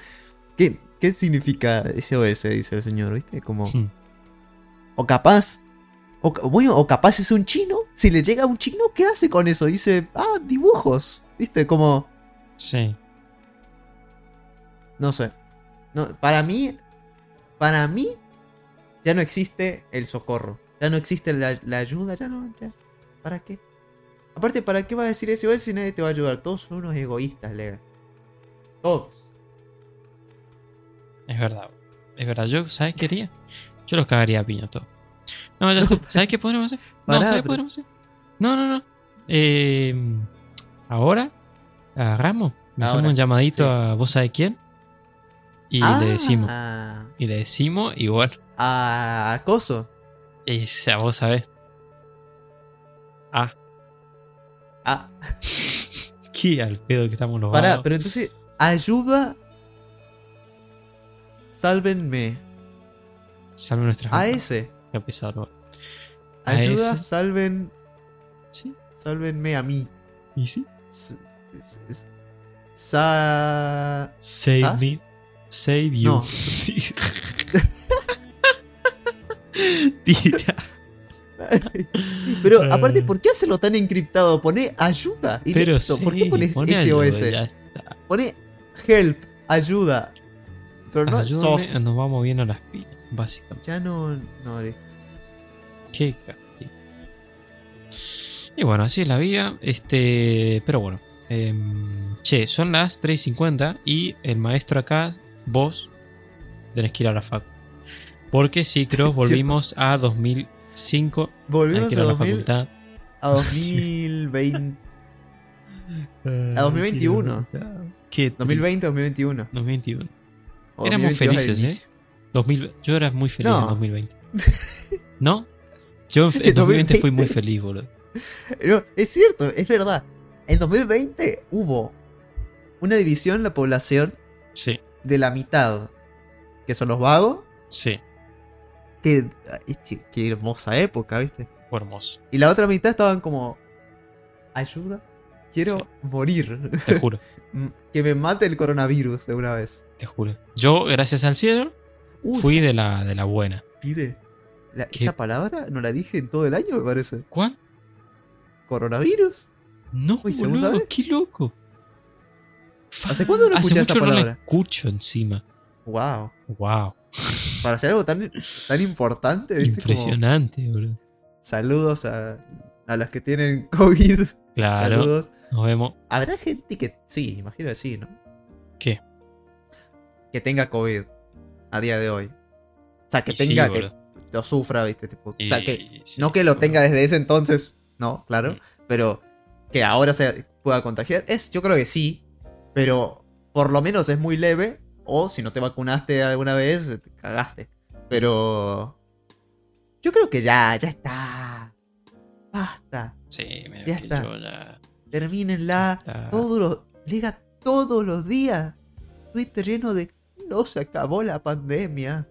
¿Qué, qué significa SOS? Dice el señor, ¿viste? Como. Hmm. O capaz. O, ca- bueno, o capaz es un chino. Si le llega a un chino, ¿qué hace con eso? Dice, ah, dibujos. ¿Viste? Como. Sí. No sé. No, para mí. Para mí. Ya no existe el socorro. Ya no existe la, la ayuda. Ya no. ya. ¿Para qué? Aparte, ¿para qué vas a decir eso si nadie te va a ayudar? Todos son unos egoístas, Lega. Todos. Es verdad. Es verdad. Yo, ¿sabes qué haría? Yo los cagaría a piña todo. No, ya está. ¿Sabes qué podríamos hacer? No, Pará, ¿sabes qué pero- podríamos hacer? No, no, no. Eh, ahora agarramos. Le hacemos Ahora, un llamadito sí. Ah. a vos sabés quién. Y le decimos. A, Y le decimos, y bueno. Ah, a acoso. Y a vos sabés. Ah, A, qué al pedo que estamos los Pará, vagos. pero entonces, ayuda. Sálvenme. Salve nuestras A almas. ese. Qué pesado. A Ayuda, ese. salven. Sí, Sálvenme a mí. y sí. S- s- s- Sa. Save ¿Sas? me. Save you. No. Tita. Eh. Pero aparte, ¿por qué hacerlo tan encriptado? Pone ayuda y Pero listo. ¿Por qué sí, pones pone SOS? algo, ya está. Pone help, ayuda. Pero no Ayúdame, sos. Nos va moviendo las pilas, básicamente. Ya no. No, listo. Qué castigo. Y bueno, así es la vida. Este, pero bueno. em, che, son las 3.50 y el maestro acá, vos, tenés que ir a la facu. Porque sí, creo, volvimos a 2005. Hay Volvimos que ir a, a la 2000, facultad. a 2020. A 2021. ¿Qué? 2020, 2021. 2021. O Éramos 2022 al felices, ¿eh? inicio. 2000 yo era muy feliz No. en 2020. ¿No? Yo en- en 2020 fui muy feliz, boludo. No, es cierto, es verdad. En 2020 hubo una división en la población Sí, de la mitad, que son los vagos, sí. que... ay, che, Qué hermosa época, ¿viste? Fue hermoso, Y la otra mitad estaban como... Ayuda, quiero Sí. morir. te juro, Mm, que me mate el coronavirus de una vez. te juro. Yo, gracias al cielo, Uy, fui de la, de la buena. pibe. La- ¿Qué? esa palabra no la dije en todo el año, me parece. ¿Cuál? ¿Coronavirus? No, Uy, ¿segunda boludo, vez? qué loco. ¿Hace cuándo no escuché esa mucho no la palabra? escucho encima. Wow. Wow, Para hacer algo tan, tan importante, ¿viste? Como- impresionante, boludo. Saludos a, a los que tienen COVID. Claro, Saludos. nos vemos. Habrá gente que. Sí, imagino que sí, ¿no? ¿Qué? Que tenga COVID a día de hoy. O sea, que Y sí, tenga que boludo. lo sufra, ¿viste? Tipo, o sea, Y- que. sí, no que lo boludo. tenga desde ese entonces, no, claro. Mm. Pero que ahora se pueda contagiar. Es, yo creo que sí. Pero por lo menos es muy leve. O si no te vacunaste alguna vez, te cagaste. Pero. Yo creo que ya, ya está. Basta. Sí, medio Ya que está. yo ya- Termínenla. Está. Todos los. Liga todos los días. Twitter lleno de. No se acabó la pandemia.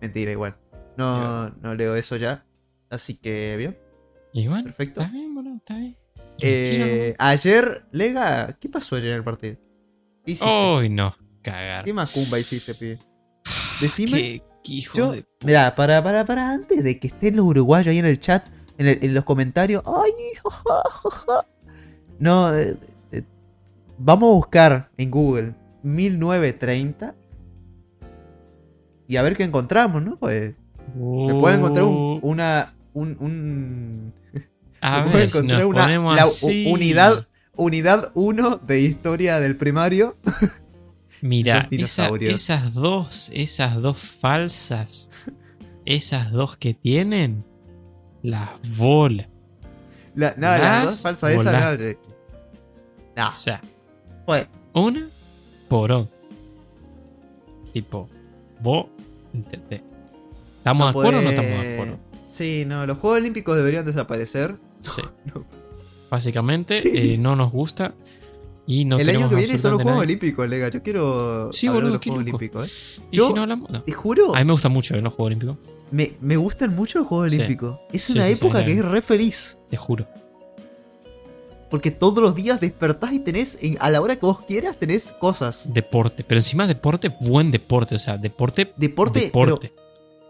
Mentira, igual. No, no leo eso ya. Así que, bien. Y bueno, Perfecto. está bien, boludo, está bien. Tranquilo, Eh, ayer, Lega, ¿qué pasó ayer en el partido? ¿Qué hiciste? Uy, no. Cagar. ¿Qué macumba hiciste, pibe? Decime. Ah, Qué, qué hijo Yo, de puta. mira, para, para, para, antes de que estén los uruguayos ahí en el chat, en, el- en los comentarios. ¡Ay, jaja, jaja. No, eh, eh, vamos a buscar en Google 1930 y a ver qué encontramos, ¿no? Pues se puede encontrar un- una. Un, un- Uh, A me puede ver, si encontrar nos una- ponemos la u- así. unidad- Unidad 1 de historia del primario. Mira, Dos esa- dinosaurios. esas dos, esas dos falsas, esas dos que tienen, las bolas. La, no, las Las dos falsas de esas. volás. No, eh, Ah. O sea, no, fue. una porón. Tipo, vos entendés. ¿Estamos de acuerdo o no estamos de acuerdo? Sí, no, los Juegos Olímpicos deberían desaparecer. Sí. No. Básicamente, Sí. eh, no nos gusta y no el año queremos que viene son los absolutamente Juegos nadie. Olímpicos, Lega. Yo quiero Sí, hablar de boludo, los qué Juegos loco. Olímpicos. eh. Y Yo- si no hablamos, no. Te juro, A mí me gusta mucho eh, los Juegos Olímpicos, me, me gustan mucho los Juegos Sí. Olímpicos. Es Sí, una sí, sí, época ahí la que vi. es re feliz. te juro. Porque todos los días despertás y tenés, en- a la hora que vos quieras, tenés cosas. Deporte, pero encima deporte, buen deporte, o sea, deporte, Deporte, deporte.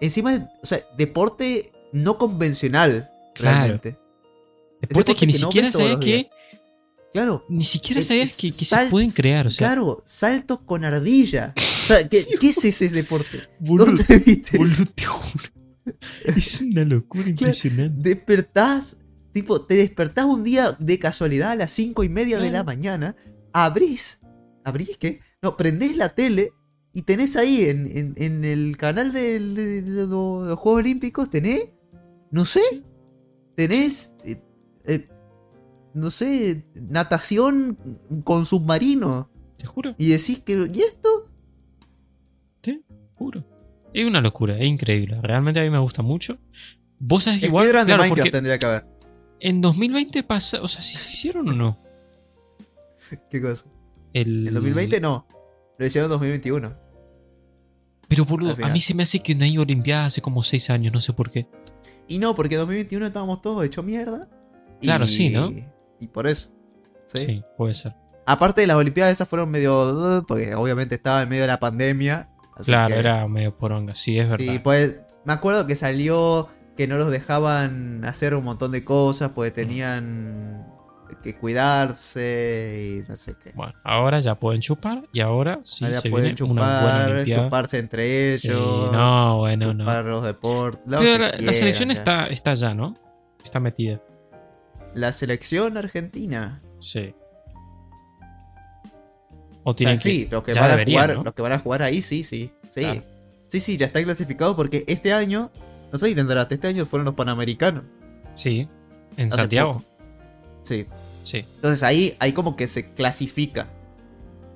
Encima, es- o sea, deporte no convencional. Claro. Realmente. Deportes deporte que ni que no siquiera ves todos sabías los que. Claro. Ni siquiera Es- sabías es que, que se sal- pueden crear. O sea, Claro, saltos con ardilla. O sea, ¿qué, qué es ese deporte? boludo, ¿Dónde viste? boludo, te juro. Es una locura impresionante. Despertás, tipo, te despertás un día de casualidad a las 5 y media de Claro. la mañana, abrís, abrís qué? No, prendés la tele y tenés ahí en, en- en el canal del- de, de- de los Juegos Olímpicos, tenés, no sé, Sí. tenés, eh, eh, no sé, natación con submarino. Te juro, Y decís que, ¿y esto? juro. Es una locura, es increíble. Realmente a mí me gusta mucho. Vos sabés que igual. Speedrun de Claro, Minecraft porque tendría que haber. en 2020 pasa. O sea, si se hicieron o no. ¿Qué cosa? El, En 2020 no, lo hicieron en 2021. Pero boludo, Al a final. mí se me hace que no hay Olimpiadas hace como 6 años, no sé por qué. Y no, porque en 2021 estábamos todos hechos mierda. y- Claro, sí, ¿no? Y por eso. Sí, ¿sí? puede ser. Aparte de las Olimpiadas, esas fueron medio. uh, Porque obviamente estaba en medio de la pandemia. así claro, que- era medio poronga, sí, es verdad. Sí, pues. Me acuerdo que salió que no los dejaban hacer un montón de cosas porque tenían que cuidarse y no sé qué. Bueno, ahora ya pueden chupar y ahora sí Ahora se pueden viene una buena chupar, Olimpiada. chuparse entre ellos. Sí, no, bueno, no. chupar los deportes. lo Pero que la, la quieran, selección ya. está, está ya, ¿no? Está metida. La selección argentina. Sí. O O sea, tienen sí, los que, ya van a deberían, jugar, ¿no? los que van a jugar ahí, sí, sí. Sí. Claro. sí, sí, ya está clasificado porque este año, no sé si te enteraste, este año fueron los Panamericanos. que. Sí. En Hace Santiago. Sí. Sí. Entonces ahí, ahí como que se clasifica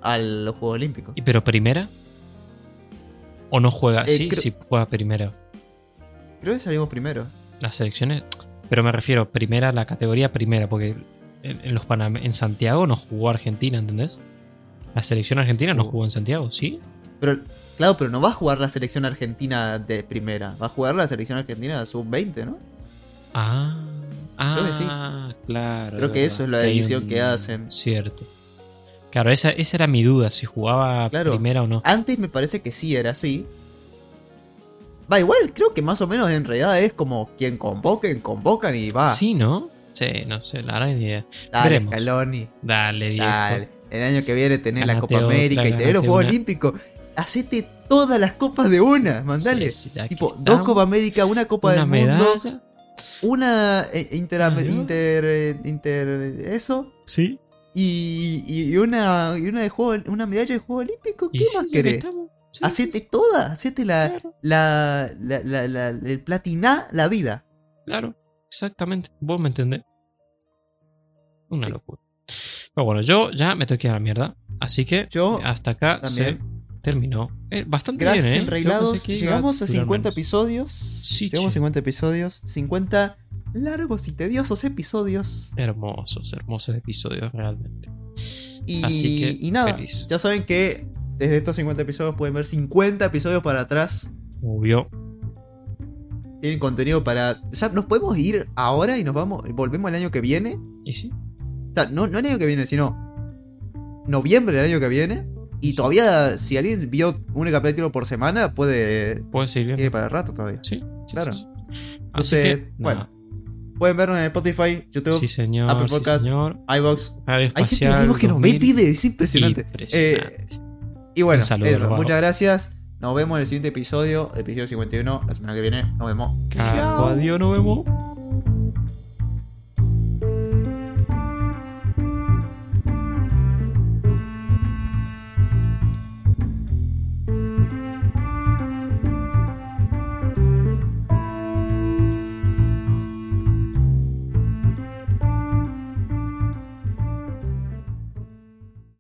a los Juegos Olímpicos. ¿Y pero primera? ¿O no juega? Eh, sí, creo- sí juega primera. Creo que salimos primero. Las selecciones. Pero me refiero, primera, la categoría primera, porque en, en los Panam en Santiago no jugó Argentina, ¿entendés? La selección argentina no Jugó. jugó en Santiago, ¿sí? Pero, claro, pero no va a jugar la selección argentina de primera. Va a jugar la selección argentina sub-20, ¿no? Ah, Creo que sí. ah, claro. Creo que verdad. eso es la Hay división que hacen. Cierto. Claro, esa, esa era mi duda, si jugaba Claro. primera o no. Antes me parece que sí era así. Va igual, creo que más o menos en realidad es como quien convoquen, convocan y va. Sí, ¿no? Sí, no sé, la verdad ni idea. Dale, veremos. Scaloni. Dale, Diego. Dale, el año que viene tenés la Ganate Copa otra, América y tenés los ganate Juegos una. Olímpicos. Hacete todas las copas de una, mandale. Sí, sí, ya que tipo, dos estamos, Copa América, una Copa una del medalla. Mundo, una eh, interamer- Claro. inter, eh, inter eso Sí. y, y- y una y una de juego, una medalla de Juego Olímpico, ¿qué Y sí, más ya que querés? estamos. Sí, sí, Hacete sí, todas, hacete la, claro. la, la, la, la- el platiná la vida. Claro, exactamente. Vos me entendés. Una Sí. locura. Pero bueno, yo ya me tengo que ir a la mierda. Así que Yo hasta acá También. se terminó. Eh, bastante Gracias, bien, ¿eh? Yo enreilados. pensé que iba Llegamos a durar 50 menos. episodios. Sí, Llegamos a che. 50 episodios. 50 largos y tediosos episodios. Hermosos, hermosos episodios realmente. Y, Así que, y nada, feliz. ya saben que desde estos 50 episodios pueden ver 50 episodios para atrás. Movió. Tienen contenido para... O sea, nos podemos ir ahora y nos vamos volvemos el año que viene. Y sí, O sea, no, no el año que viene, sino noviembre del año que viene. Y todavía, si alguien vio un capítulo por semana, puede... puede seguir bien. Tiene para rato todavía. Sí, sí, Eh, claro. sí, sí. Así Entonces, que, Este, bueno, nada. Pueden vernos en Spotify, YouTube, sí, señor. Apple sí, Podcast, señor. iBox, Radio Hay gente Espacial mismo que nos ve, 2000. pibe, es impresionante. Impresionante. Eh, y bueno, Un saludo, eso, los vagos. muchas gracias. Nos vemos en el siguiente episodio, episodio 51, la semana que viene. Nos vemos. Cago a Dios, nos vemos.